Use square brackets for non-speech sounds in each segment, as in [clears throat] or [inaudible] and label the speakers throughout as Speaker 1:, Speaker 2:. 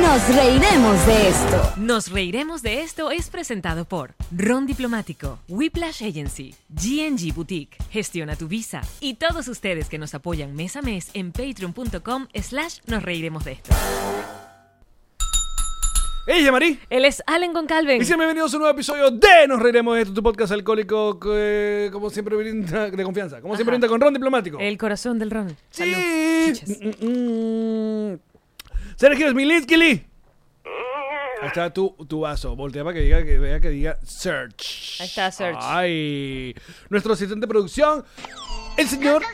Speaker 1: Nos reiremos de esto.
Speaker 2: Nos reiremos de esto es presentado por Ron Diplomático, Whiplash Agency, GNG Boutique, Gestiona tu Visa y todos ustedes que nos apoyan mes a mes en patreon.com slash nos reiremos de esto.
Speaker 3: ¡Ella, Marí!
Speaker 2: Él es Allen Goncalven.
Speaker 3: Y sean bienvenidos a un nuevo episodio de Nos Reiremos de Esto, tu podcast alcohólico, que, como siempre brinda, de confianza, como siempre
Speaker 2: Ajá.
Speaker 3: brinda con Ron Diplomático.
Speaker 2: El corazón del Ron. Salud.
Speaker 3: Sí.
Speaker 2: Chiches.
Speaker 3: Mm, mm, mm. Sergio Smilinski Lee. Ahí está tu, tu vaso. Voltea para que diga que vea que diga search.
Speaker 4: Ahí está, search.
Speaker 2: Ah,
Speaker 3: Ay. Nuestro asistente de producción, el señor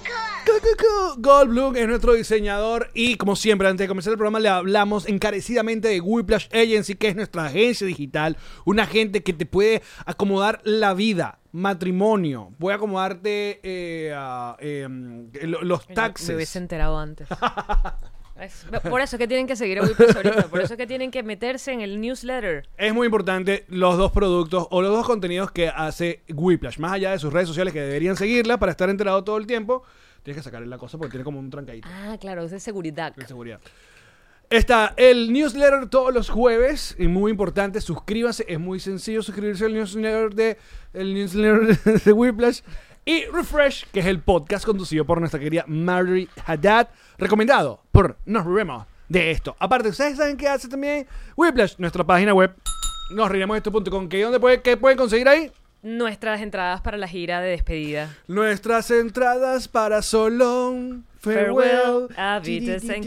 Speaker 3: Cucucu Goldblum es nuestro diseñador y como siempre antes de comenzar el programa le hablamos encarecidamente de Whiplash Agency que es nuestra agencia digital, una agente que te puede acomodar la vida, matrimonio, puede acomodarte eh, a, em, lo- los
Speaker 4: Yo
Speaker 3: taxes.
Speaker 4: Me hubiese enterado antes. Es- Por eso es que tienen que seguir a Whiplash ahorita. Por eso es que tienen que meterse en el newsletter.
Speaker 3: Es muy importante los dos productos o los dos contenidos que hace Whiplash. Más allá de sus redes sociales que deberían seguirla para estar enterado todo el tiempo, tienes que sacarle la cosa porque tiene como un trancadito
Speaker 4: Ah, claro, es de seguridad.
Speaker 3: de seguridad. Está el newsletter todos los jueves y muy importante, suscríbase, es muy sencillo suscribirse al newsletter de el newsletter [laughs] de Whiplash y Refresh, que es el podcast conducido por nuestra querida Marjorie Haddad, recomendado por Nos Riremos de esto. Aparte, ¿ustedes saben qué hace también Whiplash? Nuestra página web nosriremosdeesto.com, que donde puede, que pueden conseguir ahí
Speaker 4: Nuestras entradas para la gira de despedida.
Speaker 3: Nuestras entradas para Solón. Farewell.
Speaker 4: Farewell, Avites and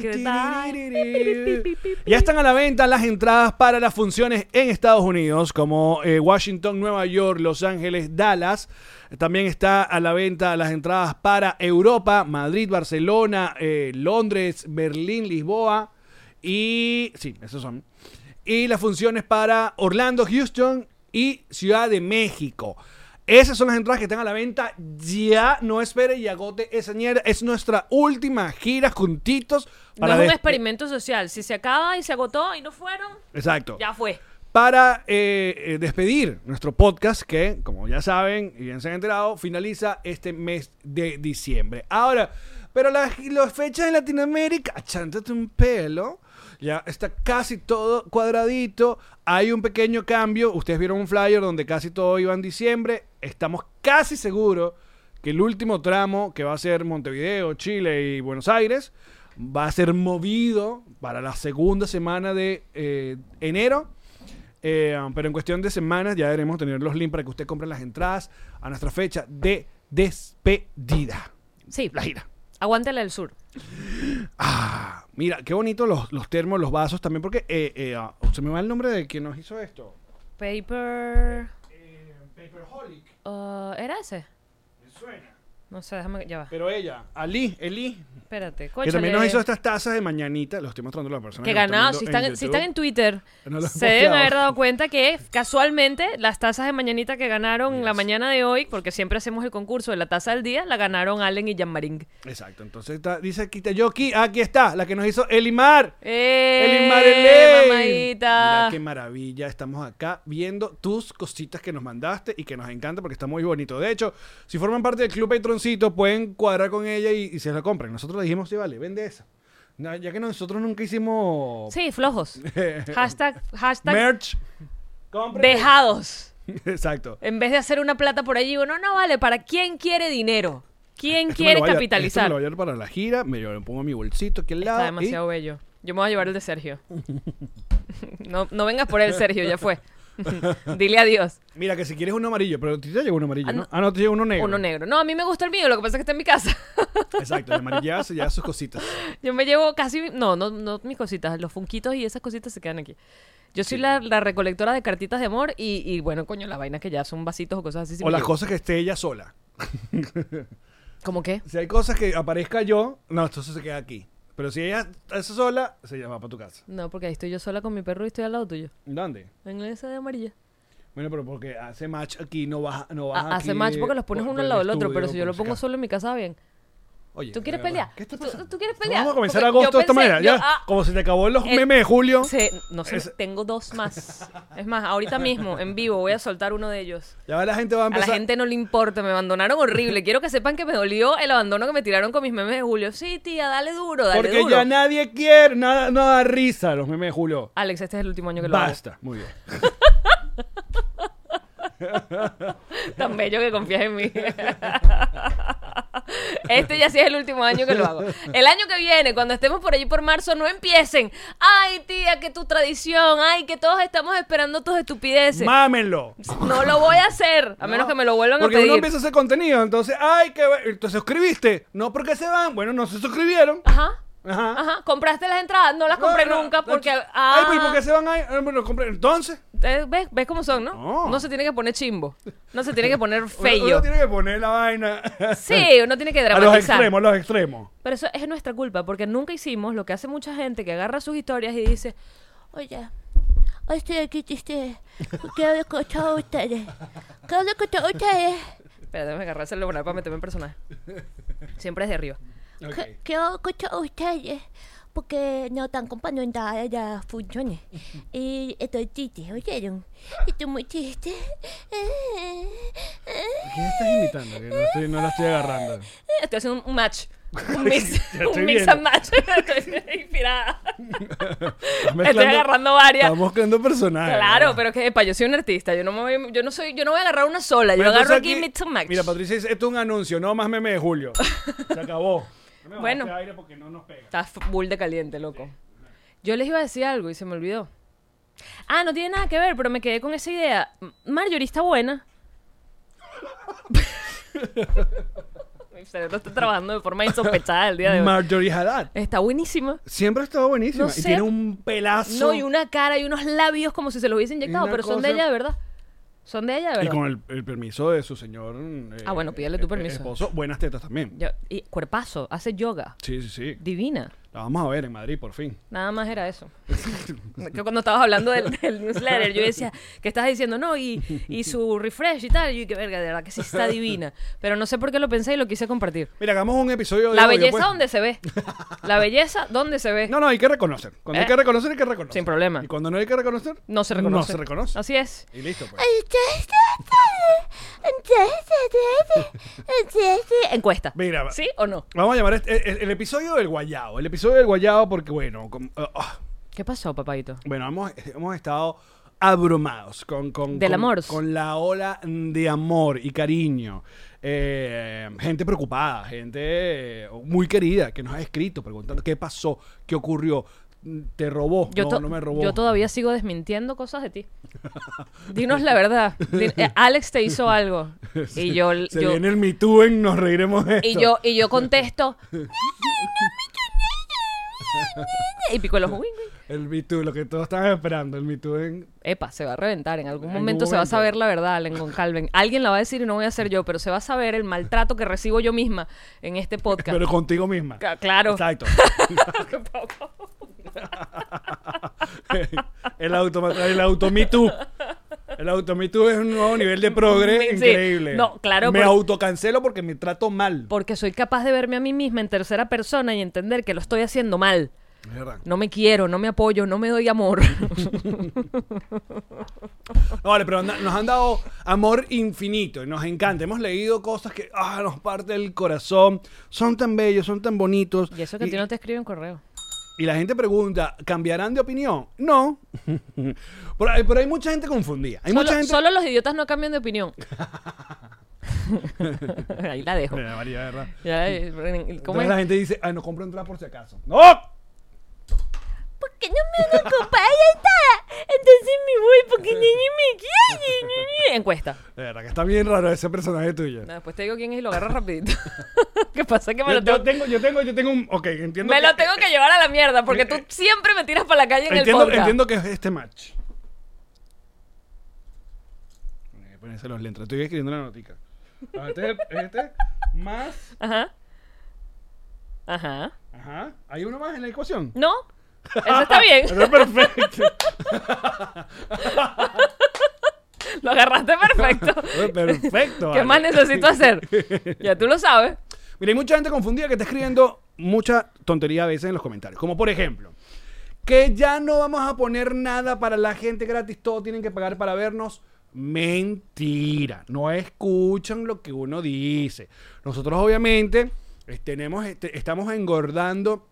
Speaker 4: goodbye.
Speaker 3: Ya están a la venta las entradas para las funciones en Estados Unidos, como eh, Washington, Nueva York, Los Ángeles, Dallas. También está a la venta las entradas para Europa, Madrid, Barcelona, eh, Londres, Berlín, Lisboa. Y. Sí, esos son. Y las funciones para Orlando, Houston y Ciudad de México. Esas son las entradas que están a la venta. Ya no espere y agote esa mierda. Es nuestra última gira juntitos.
Speaker 4: no es un
Speaker 3: despe-
Speaker 4: experimento social. Si se acaba y se agotó y no fueron,
Speaker 3: Exacto.
Speaker 4: ya fue.
Speaker 3: Para eh, eh, despedir nuestro podcast que, como ya saben y bien se han enterado, finaliza este mes de diciembre. Ahora, pero las, las fechas en Latinoamérica, achántate un pelo. Ya está casi todo cuadradito. Hay un pequeño cambio. Ustedes vieron un flyer donde casi todo iba en diciembre. Estamos casi seguros que el último tramo, que va a ser Montevideo, Chile y Buenos Aires, va a ser movido para la segunda semana de eh, enero. Eh, pero en cuestión de semanas ya veremos tener los links para que usted compre las entradas a nuestra fecha de despedida.
Speaker 4: Sí,
Speaker 3: La gira.
Speaker 4: aguántala del sur.
Speaker 3: Ah, mira, qué bonito los, los termos, los vasos también, porque eh, eh, ah, se me va el nombre de quien nos hizo esto. Eh,
Speaker 4: Paper.
Speaker 3: Paperholic,
Speaker 4: ah, ¿Era ese?
Speaker 3: suena.
Speaker 4: No sé, déjame. Ya va.
Speaker 3: Pero ella, Ali, Eli,
Speaker 4: Espérate.
Speaker 3: que también nos
Speaker 4: cónchale.
Speaker 3: hizo estas tazas de mañanita, los estoy mostrando a la persona.
Speaker 4: Que
Speaker 3: lo está
Speaker 4: ganado,
Speaker 3: viendo
Speaker 4: si están, en- si
Speaker 3: YouTube.
Speaker 4: están en Twitter,
Speaker 3: No lo he [laughs]
Speaker 4: se deben
Speaker 3: posteado.
Speaker 4: haber dado cuenta que casualmente las tazas de mañanita que ganaron en la mañana de hoy, porque siempre hacemos el concurso de la taza del día, la ganaron Allen y Janmarín.
Speaker 3: Exacto, entonces está- dice aquí, yo aquí, aquí está, la que nos hizo Elimar.
Speaker 4: ¡Eh!
Speaker 3: El Mareley. Mira
Speaker 4: mamadita!
Speaker 3: qué maravilla. Estamos acá viendo tus cositas que nos mandaste y que nos encanta porque está muy bonito. De hecho, si forman parte del Club Patroncito, pueden cuadrar con ella y, y se la compran. Nosotros le dijimos, sí, vale, vende esa. No, ya que nosotros nunca [laughs] hicimos eh,
Speaker 4: Sí, flojos. hashtag, hashtag
Speaker 3: merch. Compren.
Speaker 4: dejados.
Speaker 3: [laughs] Exacto.
Speaker 4: En vez de hacer una plata por allí, digo, no, no vale, ¿para quién quiere dinero? ¿Quién
Speaker 3: Esto me
Speaker 4: quiere
Speaker 3: lo voy a- esto me
Speaker 4: capitalizar?
Speaker 3: lo voy a llevar para la gira, me lo pongo a mi bolsito aquí al lado.
Speaker 4: Está
Speaker 3: y- [laughs]
Speaker 4: demasiado bello. Yo me voy a llevar el de Sergio. No, no vengas por él, Sergio, ya fue. [laughs] Dile adiós.
Speaker 3: Mira, que si quieres uno amarillo, pero a ti te llegó uno amarillo,
Speaker 4: Ah,
Speaker 3: ¿no?
Speaker 4: no.
Speaker 3: Ah, no, te llegó uno negro.
Speaker 4: Uno negro. No, a mí me gusta el mío, lo que pasa es que está en mi casa. [laughs]
Speaker 3: Exacto, el amarillo hace ya sus cositas.
Speaker 4: Yo me llevo casi. No, no, no mis cositas. Los funquitos y esas cositas se quedan aquí. Yo soy la, la recolectora de cartitas de amor y, y, bueno, coño, la vaina que ya son vasitos o cosas así. sí
Speaker 3: o
Speaker 4: me
Speaker 3: las
Speaker 4: llevo.
Speaker 3: cosas que esté ella sola.
Speaker 4: ¿Cómo qué?
Speaker 3: Si hay cosas que aparezca yo, no, entonces se queda aquí. Pero si ella está sola, se llama para tu casa.
Speaker 4: No, porque ahí estoy yo sola con mi perro y estoy al lado tuyo.
Speaker 3: ¿Dónde?
Speaker 4: En esa de amarilla.
Speaker 3: Bueno, pero porque hace match aquí, no vas no
Speaker 4: Ah,
Speaker 3: vas
Speaker 4: hace
Speaker 3: aquí
Speaker 4: match porque los pones
Speaker 3: por-
Speaker 4: uno
Speaker 3: por
Speaker 4: al lado
Speaker 3: el
Speaker 4: del otro, pero si
Speaker 3: estudio,
Speaker 4: yo
Speaker 3: por
Speaker 4: lo pongo
Speaker 3: acá.
Speaker 4: solo en mi casa, bien.
Speaker 3: Oye,
Speaker 4: ¿Tú quieres
Speaker 3: pero,
Speaker 4: pelear?
Speaker 3: ¿Qué está
Speaker 4: ¿Tú-
Speaker 3: pasando?
Speaker 4: tú quieres pelear?
Speaker 3: Vamos a comenzar
Speaker 4: Porque
Speaker 3: agosto
Speaker 4: yo
Speaker 3: de esta
Speaker 4: pensé-
Speaker 3: manera.
Speaker 4: yo-
Speaker 3: ya,
Speaker 4: ah,
Speaker 3: como se te acabó los
Speaker 4: el-
Speaker 3: memes de julio.
Speaker 4: Se- no sé,
Speaker 3: Es-
Speaker 4: tengo dos más. Es más, ahorita mismo, en vivo, voy a soltar uno de ellos.
Speaker 3: Ya la gente va a
Speaker 4: A la
Speaker 3: empezar.
Speaker 4: gente no le importa, me abandonaron horrible. Quiero que sepan que me dolió el abandono que me tiraron con mis memes de Julio. Sí, tía, dale duro, dale
Speaker 3: porque
Speaker 4: duro.
Speaker 3: ya nadie quiere, nada, no da risa los memes de julio.
Speaker 4: Alex, este es el último año que lo
Speaker 3: Basta.
Speaker 4: [laughs]
Speaker 3: Muy bien.
Speaker 4: hago. Tan bello que confías en mí. [laughs] este ya sí es el último año que lo hago. El año que viene, cuando estemos por allí por marzo, no empiecen. Ay, tía, que tu tradición. Ay, que todos estamos esperando tus estupideces.
Speaker 3: Mámenlo.
Speaker 4: no lo voy a hacer, a menos
Speaker 3: No,
Speaker 4: que me lo vuelvan a
Speaker 3: porque
Speaker 4: pedir.
Speaker 3: uno empieza a hacer contenido, entonces, ay, que te suscribiste. No, porque se van? Bueno, no se suscribieron.
Speaker 4: Ajá.
Speaker 3: Ajá.
Speaker 4: Ajá, compraste las entradas, no las Ah, compré
Speaker 3: No, no,
Speaker 4: nunca
Speaker 3: no,
Speaker 4: porque...
Speaker 3: entonces,
Speaker 4: ah.
Speaker 3: Ay, pero ¿y por qué se van ahí? Ah, Bueno, compré. Entonces,
Speaker 4: Eh, ¿Ves? ¿Ves cómo son, no?
Speaker 3: No.
Speaker 4: no? se tiene que poner chimbo. No se tiene que poner
Speaker 3: uno-
Speaker 4: feo.
Speaker 3: uno tiene que poner la vaina. [laughs]
Speaker 4: Sí, uno tiene que
Speaker 3: A los
Speaker 4: dramatizar.
Speaker 3: extremos, los extremos.
Speaker 4: Pero eso es nuestra culpa, porque nunca hicimos lo que hace mucha gente que agarra sus historias y dice,
Speaker 5: Oye, hoy estoy aquí triste. Quiero escuchar a ustedes. Quiero escuchar a ustedes.
Speaker 4: espera, déjame agarrar el celular para meterme en
Speaker 3: [laughs]
Speaker 4: personaje. Siempre desde arriba.
Speaker 5: Que- Quiero escuchar a ustedes. Porque no están acompañando a las funciones. Y estoy triste, ¿oyeron? Estoy muy triste. E,
Speaker 3: ¿Quién estás imitando? Que no, estoy- no la estoy agarrando.
Speaker 4: Eh, Estoy haciendo un- un
Speaker 3: [laughs]
Speaker 4: match. Un mix,
Speaker 3: Ya estoy
Speaker 4: un mix
Speaker 3: viendo.
Speaker 4: and match. [laughs] Estoy inspirada. Estoy
Speaker 3: mezclando-
Speaker 4: agarrando varias.
Speaker 3: Estamos creando personajes.
Speaker 4: Claro,
Speaker 3: ¿no?
Speaker 4: pero que epa, yo soy un artista, yo no me voy, yo no soy, yo no voy a agarrar una sola, yo
Speaker 3: Pero
Speaker 4: agarro
Speaker 3: entonces
Speaker 4: aquí, mix and match.
Speaker 3: Mira, Patricia dice, esto es un anuncio, no más meme de
Speaker 4: [laughs]
Speaker 3: Julio. Se acabó. No me bajaste
Speaker 4: Bueno.
Speaker 3: aire porque no nos pega.
Speaker 4: Está full de caliente, loco. Yo les iba a decir algo y se me olvidó. Ah, no tiene nada que ver, pero me quedé con esa idea. M- Marjorie está
Speaker 3: [laughs]
Speaker 4: buena. Mi cerebro está trabajando de forma insospechada el día de hoy.
Speaker 3: Marjorie Haddad.
Speaker 4: Está buenísima.
Speaker 3: Siempre ha estado buenísima.
Speaker 4: No
Speaker 3: Y
Speaker 4: sé.
Speaker 3: tiene un pelazo.
Speaker 4: No, y una cara y unos labios como si se los hubiese inyectado,
Speaker 3: Una
Speaker 4: pero son de
Speaker 3: cosa-
Speaker 4: ella de verdad. Son de ella de
Speaker 3: Y
Speaker 4: verdad.
Speaker 3: con el, el permiso de su señor. mm, eh,
Speaker 4: Ah, bueno, pídele tu
Speaker 3: eh,
Speaker 4: permiso.
Speaker 3: Esposo, buenas tetas también.
Speaker 4: Yo- y cuerpazo, hace yoga.
Speaker 3: Sí, sí, sí.
Speaker 4: Divina.
Speaker 3: La vamos a ver en Madrid, por fin.
Speaker 4: Nada más era eso. [laughs] que cuando estabas hablando del, del newsletter, yo decía, que estás diciendo? No, y, y su refresh y tal. Y que verga, de verdad que sí
Speaker 3: [laughs]
Speaker 4: está divina. Pero no sé por qué lo pensé y lo quise compartir.
Speaker 3: Mira, hagamos un episodio de
Speaker 4: La
Speaker 3: audio,
Speaker 4: belleza
Speaker 3: pues.
Speaker 4: donde se ve. La belleza donde se ve.
Speaker 3: No, no, hay que reconocer. Cuando
Speaker 4: ¿Eh?
Speaker 3: hay que reconocer, hay que reconocer.
Speaker 4: Sin problema.
Speaker 3: Y cuando no hay que reconocer,
Speaker 4: No se reconoce.
Speaker 3: No se reconoce.
Speaker 4: Así es.
Speaker 3: Y listo,
Speaker 5: e,
Speaker 3: pues.
Speaker 5: e,
Speaker 4: Encuesta.
Speaker 3: Mira,
Speaker 4: ¿Sí o no?
Speaker 3: vamos a llamar este- el, el episodio del guayao. El episodio del guayao porque, bueno, com- ah, ah,
Speaker 4: ¿Qué pasó, papadito?
Speaker 3: bueno hemos, hemos estado abrumados con, con,
Speaker 4: Del
Speaker 3: con-
Speaker 4: amor.
Speaker 3: con la ola de amor y cariño. Eh, gente preocupada, gente eh, muy querida que nos ha escrito preguntando qué pasó, qué ocurrió, te robó,
Speaker 4: Yo,
Speaker 3: no,
Speaker 4: to-
Speaker 3: no me robó.
Speaker 4: yo todavía sigo desmintiendo cosas de
Speaker 3: [laughs]
Speaker 4: ti. Dinos la verdad. Di- eh, Alex te hizo
Speaker 3: [laughs]
Speaker 4: algo. Y yo...
Speaker 3: Se
Speaker 4: yo-
Speaker 3: viene el Me Too en nos reiremos de esto.
Speaker 4: Y yo, y yo
Speaker 3: [laughs]
Speaker 4: contesto. y pico el ojo. uy, uy.
Speaker 3: El Me Too, lo que todos estaban esperando, el Me Too en...
Speaker 4: Epa, se va a reventar. En algún
Speaker 3: En algún
Speaker 4: momento se va a
Speaker 3: momento.
Speaker 4: saber la verdad, Allen Calvin. Alguien la va a decir y no voy a ser yo, pero se va a saber el maltrato que recibo yo misma en este podcast.
Speaker 3: Pero contigo misma.
Speaker 4: [laughs] Ca- claro. [laughs]
Speaker 3: Exacto. el auto, el auto Me Too. El auto Me Too es un nuevo nivel de progre
Speaker 4: Sí.
Speaker 3: increíble.
Speaker 4: No, claro,
Speaker 3: Me
Speaker 4: por-
Speaker 3: autocancelo porque me trato mal.
Speaker 4: Porque soy capaz de verme a mí misma en tercera persona y entender que lo estoy haciendo mal.
Speaker 3: Es verdad.
Speaker 4: No me quiero, no me apoyo, no me doy
Speaker 3: [laughs]
Speaker 4: amor.
Speaker 3: No, vale, pero anda- nos han dado amor infinito y nos encanta. Hemos leído cosas que ah, nos parte el corazón. Son tan bellos, son tan bonitos.
Speaker 4: y eso que a ti no te escriben correo.
Speaker 3: Y la gente pregunta, ¿cambiarán de opinión?
Speaker 4: [laughs]
Speaker 3: No. pero, hay- pero hay mucha gente confundida. Hay
Speaker 4: Solo,
Speaker 3: mucha gente...
Speaker 4: solo los idiotas no cambian de
Speaker 3: [laughs]
Speaker 4: opinión. [laughs] Ahí la dejo.
Speaker 3: Mira, María, de verdad.
Speaker 4: Ya, eh, ¿cómo
Speaker 3: Entonces
Speaker 4: es?
Speaker 3: la gente dice, ay, no compro entrada por si acaso. ¡No!
Speaker 5: ¿Por qué no me acompañan?
Speaker 4: entonces me voy porque ñañi me [laughs] quiere. ñañi". Encuesta.
Speaker 3: De verdad que está bien raro ese personaje tuyo.
Speaker 4: No, después te digo quién es y lo agarras rapidito. [laughs] ¿Qué pasa? Que me
Speaker 3: Yo,
Speaker 4: lo
Speaker 3: yo
Speaker 4: tengo,
Speaker 3: tengo, yo tengo, yo tengo un. Ok, entiendo.
Speaker 4: me
Speaker 3: que- Eh,
Speaker 4: lo tengo que llevar a la mierda porque tú siempre me tiras para la calle en
Speaker 3: entiendo,
Speaker 4: el podcast.
Speaker 3: entiendo que es este match. Eh, Ponerse los lentes. Estoy escribiendo una notica. Ah, Este es el- este más.
Speaker 4: Ajá. Ajá.
Speaker 3: Ajá. Hay uno más en la
Speaker 4: [laughs]
Speaker 3: ecuación.
Speaker 4: ¿No? Eso está bien.
Speaker 3: [laughs] Pero es perfecto.
Speaker 4: [laughs] Lo
Speaker 3: [laughs]
Speaker 4: agarraste perfecto.
Speaker 3: Es perfecto.
Speaker 4: [laughs] ¿Qué
Speaker 3: vale.
Speaker 4: más necesito
Speaker 3: [laughs]
Speaker 4: hacer? Ya tú lo sabes.
Speaker 3: Mira, hay mucha gente confundida que está escribiendo mucha tontería a veces en los comentarios. Como por ejemplo, que ya no vamos a poner nada para la gente gratis, todo tienen que pagar para vernos. Mentira, no escuchan lo que uno dice. Nosotros obviamente eh, tenemos, este, estamos engordando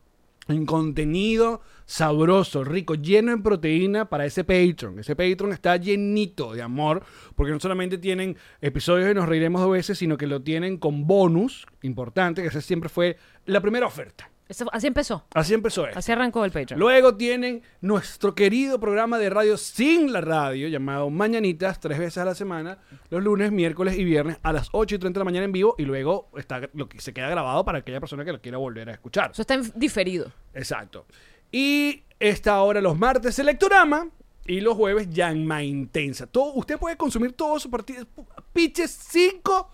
Speaker 3: en contenido sabroso, rico, lleno en proteína para ese Patreon. Ese Patreon está llenito de amor, porque no solamente tienen episodios y nos reiremos dos veces, sino que lo tienen con bonus, importante, que esa siempre fue la primera oferta.
Speaker 4: Eso- así empezó.
Speaker 3: Así empezó esto.
Speaker 4: Así arrancó el Patreon.
Speaker 3: Luego tienen nuestro querido programa de radio sin la radio, llamado Mañanitas, tres veces a la semana, los lunes, miércoles y viernes a las 8 y 30 de la mañana en vivo, y luego está lo que se queda grabado para aquella persona que lo quiera volver a escuchar.
Speaker 4: Eso está en diferido.
Speaker 3: Exacto. Y está ahora los martes Electorama y los jueves Yanma Intensa. Todo, usted puede consumir todos sus partidos. Piches cinco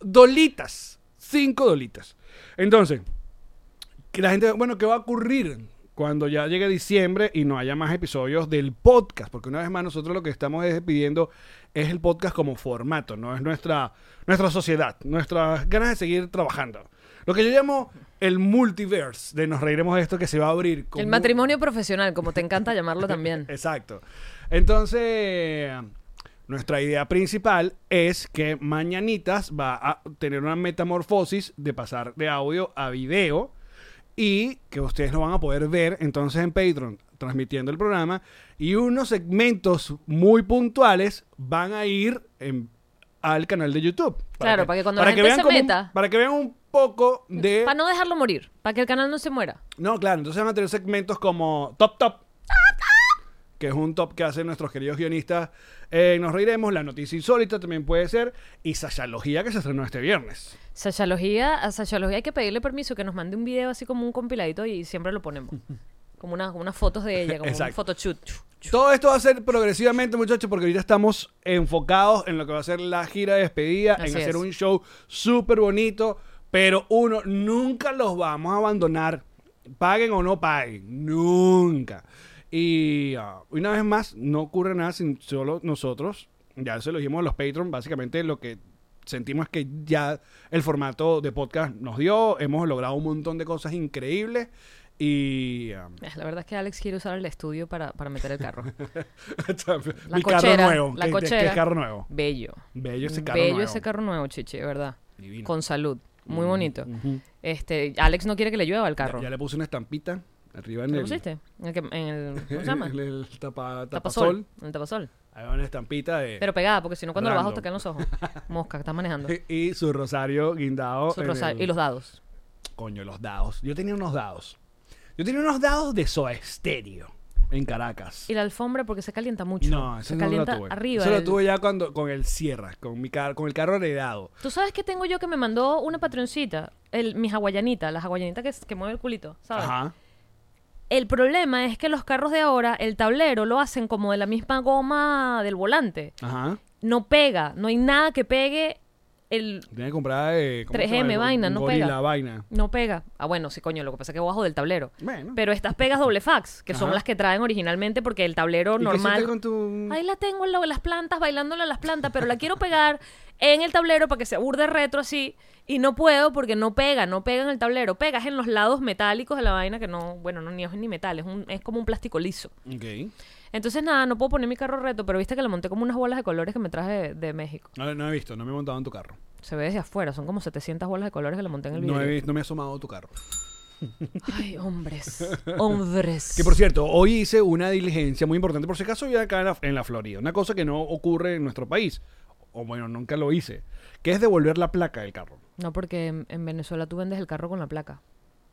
Speaker 3: dolitas. Cinco dolitas. Entonces, que la gente, bueno, ¿qué va a ocurrir cuando ya llegue diciembre y no haya más episodios del podcast? Porque una vez más nosotros lo que estamos es pidiendo es el podcast como formato, no es nuestra, nuestra sociedad, nuestras ganas de seguir trabajando. Lo que yo llamo el multiverse de nos reiremos de esto que se va a abrir. con
Speaker 4: El
Speaker 3: mu-
Speaker 4: matrimonio profesional, como te encanta llamarlo [laughs] también.
Speaker 3: Exacto. Entonces, nuestra idea principal es que Mañanitas va a tener una metamorfosis de pasar de audio a video y que ustedes lo van a poder ver entonces en Patreon transmitiendo el programa y unos segmentos muy puntuales van a ir en- al canal de YouTube.
Speaker 4: Claro, para que cuando la gente
Speaker 3: vean
Speaker 4: se
Speaker 3: como un-
Speaker 4: meta.
Speaker 3: para que vean un poco de...
Speaker 4: Para no dejarlo morir, para que el canal no se muera.
Speaker 3: No, claro, entonces van a tener segmentos como Top Top, que es un top que hacen nuestros queridos guionistas. Eh, Nos reiremos, La Noticia Insólita también puede ser, y Sashalogía que se estrenó este viernes.
Speaker 4: Sachalogía, a Sachalogía hay que pedirle permiso que nos mande un video así como un compiladito y siempre lo
Speaker 3: [laughs]
Speaker 4: ponemos. Como unas unas fotos de ella, como un
Speaker 3: Exacto.
Speaker 4: photoshoot.
Speaker 3: Todo esto va a ser progresivamente, muchachos, porque ahorita estamos enfocados en lo que va a ser la gira de despedida,
Speaker 4: Así
Speaker 3: en hacer
Speaker 4: es.
Speaker 3: un show súper bonito, pero uno, nunca los vamos a abandonar, paguen o no paguen, nunca. Y ah, una vez más, no ocurre nada sin solo nosotros, ya se lo dijimos a los Patreon, básicamente lo que sentimos es que ya el formato de podcast nos dio, hemos logrado un montón de cosas increíbles y... ah,
Speaker 4: Eh, La verdad es que Alex quiere usar el estudio para, para meter el
Speaker 3: [laughs]
Speaker 4: carro. La
Speaker 3: Mi
Speaker 4: cochera,
Speaker 3: carro nuevo.
Speaker 4: la
Speaker 3: que- que- que
Speaker 4: cochera.
Speaker 3: carro nuevo.
Speaker 4: Bello.
Speaker 3: Bello ese carro
Speaker 4: Bello
Speaker 3: nuevo.
Speaker 4: ese carro nuevo, chiche, de verdad.
Speaker 3: Divino.
Speaker 4: Con salud. Muy bonito. Este, Alex no quiere que le llueva el carro.
Speaker 3: Ya, ya le puse una estampita arriba en
Speaker 4: ¿Lo
Speaker 3: el. [laughs]
Speaker 4: pusiste? En el, que- en el- ¿Cómo se llama?
Speaker 3: en el tapa-
Speaker 4: Tapasol.
Speaker 3: tapasol.
Speaker 4: En el tapasol.
Speaker 3: Ahí va una estampita de.
Speaker 4: Pero pegada, porque si no cuando lo bajo
Speaker 3: Random.
Speaker 4: te caen los ojos. Mosca, estás manejando.
Speaker 3: [laughs] y su rosario guindado.
Speaker 4: Su
Speaker 3: en
Speaker 4: rosa-
Speaker 3: el-
Speaker 4: Y los dados.
Speaker 3: Coño, los dados. Yo tenía unos dados. Yo tenía unos dados de Soda Stereo en Caracas.
Speaker 4: Y la alfombra porque se calienta mucho.
Speaker 3: No, eso
Speaker 4: se
Speaker 3: no lo
Speaker 4: calienta
Speaker 3: tuve.
Speaker 4: arriba.
Speaker 3: Eso lo
Speaker 4: del-
Speaker 3: tuve ya cuando, con el Sierra, con, mi car- con el carro heredado.
Speaker 4: Tú sabes que tengo yo que me mandó una patroncita, el, mi hawaianita, la hawaianita que, que mueve el culito, ¿sabes?
Speaker 3: Ajá.
Speaker 4: El problema es que los carros de ahora, el tablero lo hacen como de la misma goma del volante.
Speaker 3: Ajá.
Speaker 4: No pega, no hay nada que pegue el...
Speaker 3: Tenía que comprar. eh, ¿cómo se
Speaker 4: 3M
Speaker 3: llama?
Speaker 4: vaina, no pega.
Speaker 3: Gorila vaina.
Speaker 4: No pega. Ah, bueno, sí, coño, lo que pasa es que bajo del tablero.
Speaker 3: Bueno.
Speaker 4: Pero estas pegas doble fax, que son
Speaker 3: Ajá.
Speaker 4: las que traen originalmente porque el tablero
Speaker 3: ¿Y qué
Speaker 4: normal...
Speaker 3: hiciste con tu...
Speaker 4: Ahí la tengo en lo- las plantas, bailándole a las plantas, pero la quiero pegar en el tablero para que se burde retro así. Y no puedo porque no pega, no pega en el tablero. Pegas en los lados metálicos de la vaina que no, bueno, no ni es ni metal, es, un- es como un plástico liso.
Speaker 3: Ok.
Speaker 4: Entonces nada, no puedo poner mi carro reto, pero viste que le monté como unas bolas de colores que me traje de, de México.
Speaker 3: No, no he visto, no me he montado en tu carro.
Speaker 4: Se ve desde afuera, son como 700 bolas de colores que le monté en el video.
Speaker 3: No, he, vis- no me he asomado a tu carro.
Speaker 4: Ay,
Speaker 3: [laughs]
Speaker 4: hombres, hombres.
Speaker 3: Que por cierto, hoy hice una diligencia muy importante. Por si acaso, yo acá en la, en la Florida. Una cosa que no ocurre en nuestro país. O bueno, nunca lo hice. Que es devolver la placa del carro.
Speaker 4: No, porque en, en Venezuela tú vendes el carro con la placa.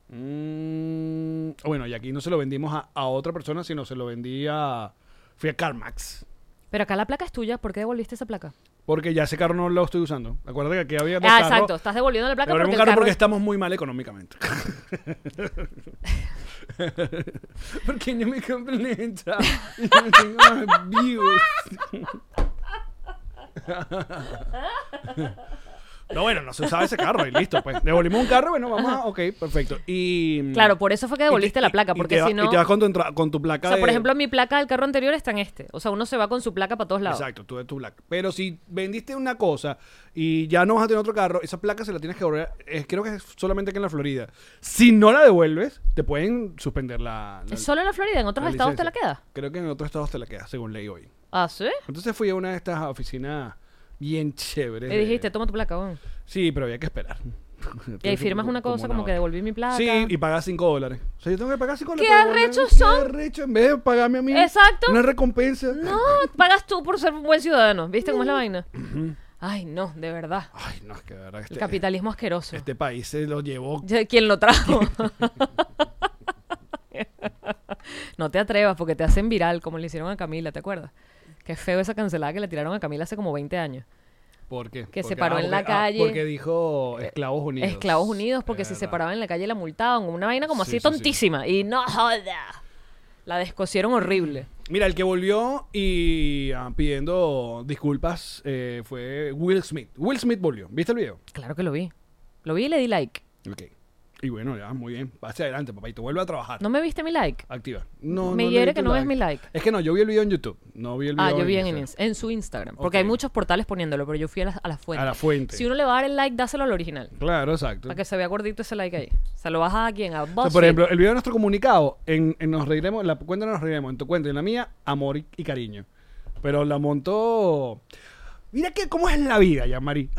Speaker 3: Mm, bueno, y aquí no se lo vendimos a, a otra persona, sino se lo vendí a Fui a CarMax.
Speaker 4: Pero acá la placa es tuya, ¿por qué devolviste esa placa?
Speaker 3: Porque ya ese carro no lo estoy usando. Acuérdate que aquí había dos
Speaker 4: ah,
Speaker 3: carros.
Speaker 4: exacto, estás devolviendo la placa
Speaker 3: Pero era
Speaker 4: porque el
Speaker 3: un carro,
Speaker 4: carro
Speaker 3: porque
Speaker 4: es-
Speaker 3: estamos muy mal económicamente. [laughs] porque no me compran la entrada. Y no tengo más views. [laughs] No, bueno, no se usaba ese carro y listo, pues. Devolvimos un carro, bueno, vamos a... Ok, perfecto. Y... mm,
Speaker 4: Claro, por eso fue que devolviste
Speaker 3: y te-
Speaker 4: la placa,
Speaker 3: y- y
Speaker 4: porque
Speaker 3: te va-
Speaker 4: si no...
Speaker 3: Y te vas con tu, entra- con tu placa
Speaker 4: O sea, por
Speaker 3: de-
Speaker 4: ejemplo, mi placa del carro anterior está en este. O sea, uno se va con su placa para todos lados.
Speaker 3: Exacto, tú de tu placa. Pero si vendiste una cosa y ya no vas a tener otro carro, esa placa se la tienes que devolver. eh, creo que es solamente aquí en la Florida. Si no la devuelves, te pueden suspender la. la-
Speaker 4: ¿Es solo en la Florida? ¿En otros
Speaker 3: la
Speaker 4: estados te la
Speaker 3: licencia.
Speaker 4: queda?
Speaker 3: Creo que en otros estados te la queda, según ley hoy.
Speaker 4: Ah, ¿sí?
Speaker 3: Entonces fui a una de estas oficinas bien chéveres.
Speaker 4: Y
Speaker 3: de-
Speaker 4: dijiste, toma tu placa, weón.
Speaker 3: Sí, pero había que esperar. [laughs]
Speaker 4: Y ahí firmas una cosa como que
Speaker 3: hora.
Speaker 4: devolví mi placa.
Speaker 3: Sí, y pagas 5 dólares. O sea, yo tengo que pagar 5
Speaker 4: ¿Qué
Speaker 3: dólares. para devolver-
Speaker 4: arrechos son?
Speaker 3: ¿Qué arrecho? En vez de pagarme a mí.
Speaker 4: Exacto.
Speaker 3: Una recompensa.
Speaker 4: No, pagas tú por ser un buen ciudadano. ¿Viste
Speaker 3: Mm.
Speaker 4: cómo es la vaina? Ay, no, de verdad.
Speaker 3: Ay, no, es que de verdad.
Speaker 4: El
Speaker 3: Este,
Speaker 4: capitalismo asqueroso.
Speaker 3: este país se lo llevó
Speaker 4: [laughs] Ya, ¿Quién lo trajo?
Speaker 3: [laughs]
Speaker 4: no te atrevas porque te hacen viral como le hicieron a Camila, ¿te acuerdas? Qué feo esa cancelada que le tiraron a Camila hace como 20 años.
Speaker 3: ¿Por qué?
Speaker 4: Que se
Speaker 3: Porque- ah,
Speaker 4: paró en la
Speaker 3: porque-
Speaker 4: calle.
Speaker 3: porque dijo Esclavos Unidos.
Speaker 4: Esclavos Unidos porque
Speaker 3: Es
Speaker 4: si se
Speaker 3: verdad.
Speaker 4: paraban en la calle la multaban. Una vaina como
Speaker 3: Sí,
Speaker 4: así
Speaker 3: sí, sí.
Speaker 4: tontísima. Y no joda. La descosieron horrible.
Speaker 3: Mira, el que volvió y ah, pidiendo disculpas eh, fue Will Smith. Will Smith volvió. ¿Viste el video?
Speaker 4: Claro que lo vi. Lo vi y le di like.
Speaker 3: Ok. Y bueno, ya, muy bien. Hacia adelante, papá. Y te vuelve a trabajar.
Speaker 4: ¿No me viste mi like?
Speaker 3: Activa. No,
Speaker 4: Me
Speaker 3: no le
Speaker 4: hiere
Speaker 3: di tu
Speaker 4: que no ves mi like.
Speaker 3: Es que no, yo vi el video en YouTube. No vi el video
Speaker 4: Ah, yo vi en,
Speaker 3: Instagram.
Speaker 4: Insta- en su Instagram. Porque
Speaker 3: Ok.
Speaker 4: hay muchos portales poniéndolo, pero yo fui a la, a la fuente.
Speaker 3: A la fuente.
Speaker 4: Si uno le va a dar el like, dáselo al original.
Speaker 3: Claro, exacto.
Speaker 4: Para que se vea gordito ese like ahí. Se lo bajas a quien, a
Speaker 3: O sea,
Speaker 4: BuzzFeed.
Speaker 3: por ejemplo, el video de nuestro comunicado, en, en Nos Reiremos, en la cuenta de Nos Reiremos, en tu cuenta y en la mía, amor y, y cariño. Pero la montó. Mira que cómo es la vida, ya, Mari.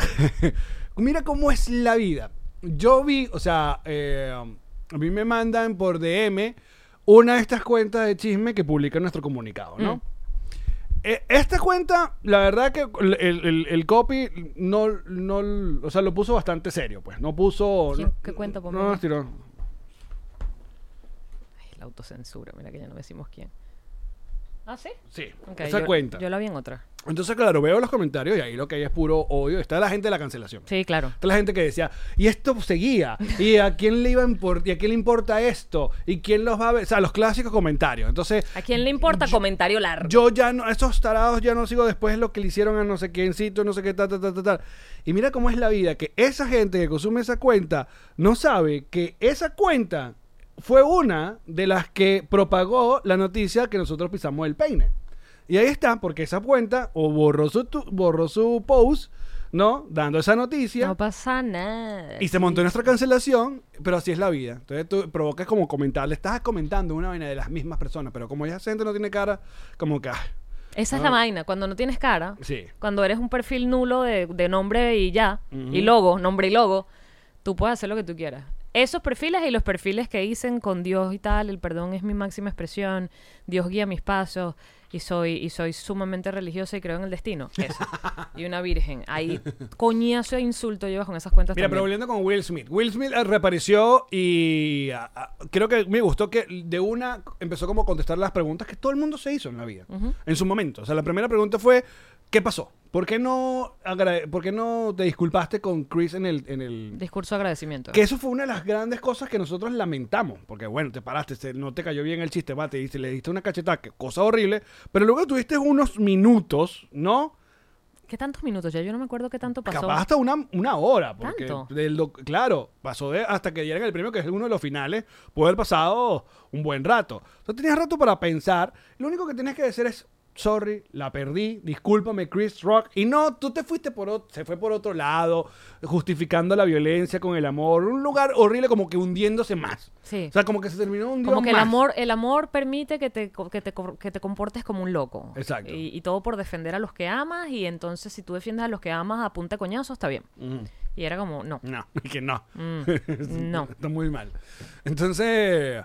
Speaker 3: Mira cómo es la vida. Yo vi, o sea, eh, a mí me mandan por DM una de estas cuentas de chisme que publica nuestro comunicado, ¿no? Eh, esta cuenta, la verdad que el, el- el copy no, no, o sea, lo puso bastante serio, pues. No puso.
Speaker 4: ¿Quién-
Speaker 3: no-
Speaker 4: qué cuenta, por
Speaker 3: No
Speaker 4: favor?
Speaker 3: nos tiró.
Speaker 4: Ay, la autocensura, mira que ya no decimos quién. ¿Ah, sí?
Speaker 3: Sí,
Speaker 4: Ok,
Speaker 3: esa
Speaker 4: yo-
Speaker 3: cuenta.
Speaker 4: Yo la vi en otra.
Speaker 3: Entonces, claro, veo los comentarios y ahí lo que hay es puro odio. Está la gente de la cancelación.
Speaker 4: Sí, claro.
Speaker 3: Está la gente que decía, y esto seguía, y a quién le iba a import- y a quién le importa esto, y quién los va a ver. O sea, los clásicos comentarios. Entonces,
Speaker 4: ¿A quién le importa? Comentario largo.
Speaker 3: yo ya no, esos tarados ya no sigo después lo que le hicieron a no sé quiéncito, no sé qué, tal, tal, tal, tal, tal. Y mira cómo es la vida, que esa gente que consume esa cuenta no sabe que esa cuenta fue una de las que propagó la noticia que nosotros pisamos el peine. Y ahí está, porque esa cuenta o borró su, tu- borró su post, ¿no? Dando esa noticia.
Speaker 4: No pasa nada.
Speaker 3: Y se montó nuestra cancelación, pero así es la vida. Entonces tú provocas como comentar, le estás comentando una vaina de las mismas personas, pero como esa gente no tiene cara, como que, ah,
Speaker 4: Esa es la vaina. Cuando no tienes cara,
Speaker 3: sí.
Speaker 4: cuando eres un perfil nulo de, de nombre y ya, y logo, nombre y logo, tú puedes hacer lo que tú quieras. Esos perfiles y los perfiles que dicen con Dios y tal, el perdón es mi máxima expresión, Dios guía mis pasos y soy y soy sumamente religiosa y creo en el destino. Eso. y una virgen. Ahí coñazo e insulto llevas con esas cuentas
Speaker 3: Mira, pero
Speaker 4: también.
Speaker 3: volviendo con Will Smith. Will Smith eh, reapareció y ah, ah, creo que me gustó que de una empezó como a contestar las preguntas que todo el mundo se hizo en la vida, en su momento. O sea, la primera pregunta fue, ¿qué pasó? ¿Por qué no, agrade- por qué no te disculpaste con Chris en el, en el
Speaker 4: Discurso de agradecimiento.
Speaker 3: Que eso fue una de las grandes cosas que nosotros lamentamos. Porque, bueno, te paraste, se- no te cayó bien el chiste, va, te diste, le diste una cachetada, que cosa horrible. Pero luego tuviste unos minutos, ¿no?
Speaker 4: ¿Qué tantos minutos? Ya yo no me acuerdo qué tanto pasó.
Speaker 3: Capaz hasta una, una hora. Porque
Speaker 4: ¿Tanto?
Speaker 3: del doc- claro, pasó de hasta que dieran el premio, que es uno de los finales, puede haber pasado un buen rato. Entonces tenías rato para pensar. Lo único que tienes que decir es. Sorry, la perdí, discúlpame Chris Rock. Y no, tú te fuiste por otro, se fue por otro lado, justificando la violencia con el amor. Un lugar horrible como que hundiéndose más.
Speaker 4: Sí.
Speaker 3: O sea, como que se terminó hundiendo
Speaker 4: Como que el
Speaker 3: más.
Speaker 4: amor, el amor permite que te, co- que, te, co- que te comportes como un loco.
Speaker 3: Exacto.
Speaker 4: Y, y todo por defender a los que amas. Y entonces, si tú defiendes a los que amas, apunta coñazo, está bien. Y era como, no.
Speaker 3: No, [laughs] que no.
Speaker 4: Mm,
Speaker 3: [laughs]
Speaker 4: no.
Speaker 3: Está muy mal. Entonces,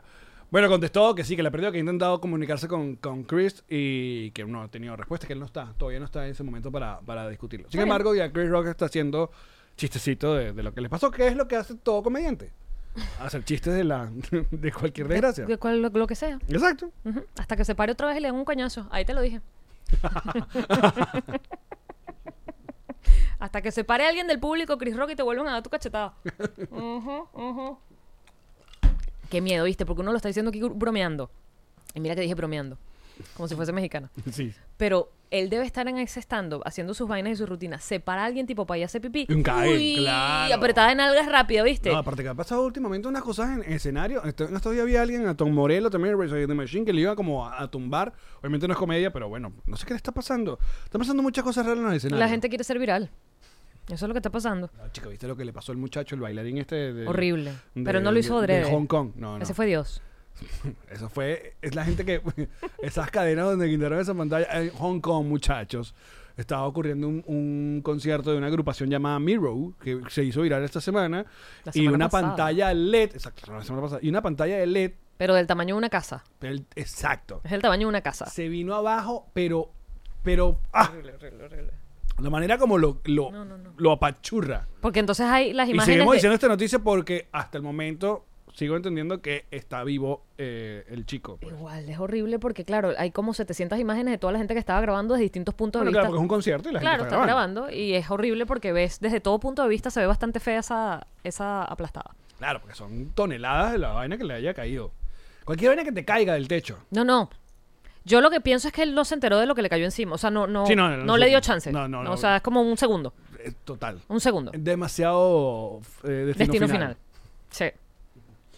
Speaker 3: bueno, contestó que sí, que la perdió, que ha intentado comunicarse con, con Chris y que no ha tenido respuesta, que él no está, todavía no está en ese momento para, para discutirlo. Sin
Speaker 4: bien.
Speaker 3: embargo, ya Chris Rock está haciendo chistecito de, de lo que les pasó, que es lo que hace todo comediante. hacer chistes de la [laughs] de cualquier desgracia.
Speaker 4: De Eh, cual- lo, lo que sea.
Speaker 3: Exacto. [laughs]
Speaker 4: Ujú. Hasta que se pare otra vez y le den un coñazo. Ahí te lo dije. Hasta que se pare alguien del público, Chris Rock, y te vuelvan a dar tu cachetada. Ujú, ujú. Qué miedo, ¿viste? Porque uno lo está diciendo aquí bromeando. Y mira que dije bromeando. Como si fuese mexicana.
Speaker 3: Sí.
Speaker 4: Pero él debe estar en ese stand-up haciendo sus vainas y sus rutinas. Se para alguien tipo para ir a hacer pipí.
Speaker 3: Un cae,
Speaker 4: Uy,
Speaker 3: claro.
Speaker 4: apretada en algas rápido, ¿viste?
Speaker 3: No, aparte que ha pasado últimamente unas cosas en, en escenario. Esto- En estos días había alguien, a Tom Morello también, el Rage Against the Machine, que le iba como a, a tumbar. Obviamente no es comedia, pero bueno, no sé qué le está pasando. Están pasando muchas cosas raras en los escenarios.
Speaker 4: La gente quiere ser viral. Eso es lo que está pasando.
Speaker 3: No, chica, ¿viste lo que le pasó al muchacho, el bailarín este? de- de-
Speaker 4: Horrible.
Speaker 3: de-
Speaker 4: Pero no lo hizo
Speaker 3: de- de
Speaker 4: adrede.
Speaker 3: Hong Kong. No, no.
Speaker 4: Ese fue Dios.
Speaker 3: Eso fue, es la gente que, [laughs] esas cadenas donde quitaron esa pantalla, en Hong Kong, muchachos, estaba ocurriendo un, un concierto de una agrupación llamada Miro, que se hizo viral esta semana,
Speaker 4: La
Speaker 3: y
Speaker 4: semana
Speaker 3: una
Speaker 4: pasada.
Speaker 3: pantalla LED, exacto, no, la semana pasada, y una pantalla de LED,
Speaker 4: Pero del tamaño de una casa.
Speaker 3: pero el- exacto,
Speaker 4: Es el tamaño de una casa.
Speaker 3: se vino abajo, pero, pero, ah, la manera como lo, lo, lo apachurra.
Speaker 4: Porque entonces hay las
Speaker 3: Y
Speaker 4: imágenes.
Speaker 3: seguimos
Speaker 4: de-
Speaker 3: diciendo esta noticia porque hasta el momento sigo entendiendo que está vivo eh, el chico. pues.
Speaker 4: Igual, es horrible porque, claro, hay como 700 imágenes de toda la gente que estaba grabando desde distintos puntos
Speaker 3: Bueno,
Speaker 4: de
Speaker 3: claro,
Speaker 4: vista.
Speaker 3: porque es un concierto y la
Speaker 4: Claro,
Speaker 3: gente
Speaker 4: están grabando y es horrible porque ves desde todo punto de vista se ve bastante fea esa, esa aplastada.
Speaker 3: Claro, porque son toneladas de la vaina que le haya caído. Cualquier vaina que te caiga del techo.
Speaker 4: No, no. Yo lo que pienso es que él no se enteró de lo que le cayó encima. O sea, no, no,
Speaker 3: Sí, no,
Speaker 4: no,
Speaker 3: no, no,
Speaker 4: le
Speaker 3: sí.
Speaker 4: dio chance.
Speaker 3: No, no, no.
Speaker 4: O sea, es como un segundo.
Speaker 3: eh, total.
Speaker 4: Un segundo.
Speaker 3: Demasiado eh, destino,
Speaker 4: Destino
Speaker 3: final.
Speaker 4: final. Sí.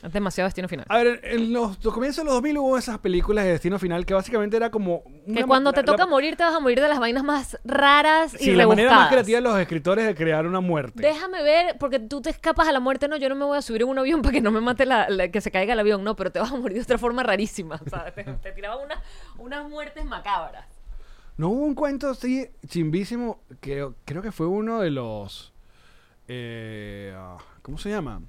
Speaker 4: Es demasiado destino final.
Speaker 3: A ver, en los, los comienzos de los 2000 hubo esas películas de destino final que básicamente era como... una
Speaker 4: Que
Speaker 3: ma-
Speaker 4: cuando te
Speaker 3: la- la-
Speaker 4: toca morir, te vas a morir de las vainas más raras y
Speaker 3: Sí, la manera más
Speaker 4: rebuscadas.
Speaker 3: creativa de los escritores de crear una muerte.
Speaker 4: Déjame ver, porque tú te escapas a la muerte, no, yo no me voy a subir en un avión [laughs] para que no me mate la, la- que se caiga el avión, no, pero te vas a morir de otra forma rarísima. O sea, te, te tiraban unas- unas muertes macabras.
Speaker 3: No hubo un cuento así chimbísimo que creo que fue uno de los... eh, ah, ¿Cómo se llama?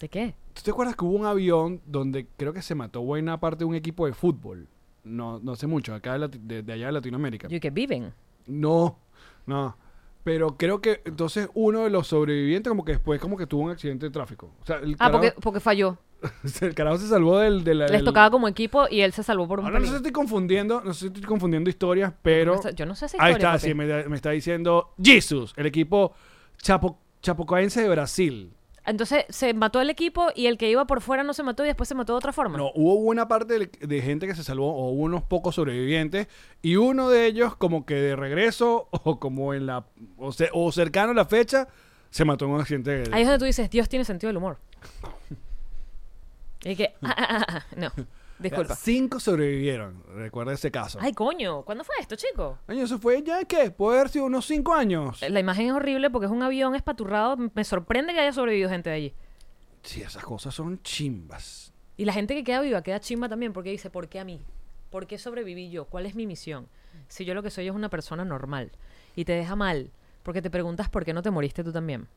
Speaker 4: ¿De qué?
Speaker 3: ¿Tú te acuerdas que hubo un avión donde creo que se mató buena parte de un equipo de fútbol? No, no sé mucho, acá de, Lati- de- de allá de Latinoamérica.
Speaker 4: Yo que viven.
Speaker 3: No, no. Pero creo que entonces uno de los sobrevivientes como que después como que tuvo un accidente de tráfico. O sea, el,
Speaker 4: Ah,
Speaker 3: carajo,
Speaker 4: porque, porque falló.
Speaker 3: el carajo [laughs] se salvó del... de la-
Speaker 4: Les
Speaker 3: del-
Speaker 4: tocaba como equipo y él se salvó por un
Speaker 3: Ahora Ah, no sé si
Speaker 4: pelín.
Speaker 3: estoy confundiendo, no sé si estoy confundiendo historias, pero...
Speaker 4: Yo no sé si
Speaker 3: Ahí está, sí, me, me está diciendo Jesus, el equipo chapo, chapocoense de Brasil.
Speaker 4: Entonces se mató el equipo y el que iba por fuera no se mató y después se mató de otra forma.
Speaker 3: No, hubo buena parte de, de gente que se salvó, o hubo unos pocos sobrevivientes, y uno de ellos, como que de regreso, [laughs] o como en la. o, ce- o cercano a la fecha, se mató en un accidente. de-
Speaker 4: Ahí es donde tú dices, Dios tiene sentido del humor. Y que,
Speaker 3: [laughs]
Speaker 4: ah, ah, ah, ah, no, disculpa.
Speaker 3: Cinco sobrevivieron, recuerda ese caso.
Speaker 4: Ay, coño, ¿cuándo fue esto, chico?
Speaker 3: Ay, eso fue ya, ¿qué? Puede haber sido unos cinco años.
Speaker 4: La imagen es horrible porque es un avión espaturrado. M- Me sorprende que haya sobrevivido gente de allí.
Speaker 3: Sí, esas cosas son chimbas.
Speaker 4: Y la gente que queda viva queda chimba también porque dice, ¿por qué a mí? ¿Por qué sobreviví yo? ¿Cuál es mi misión?
Speaker 3: Mm.
Speaker 4: Si yo lo que soy es una persona normal y te deja mal porque te preguntas por qué no te moriste tú también.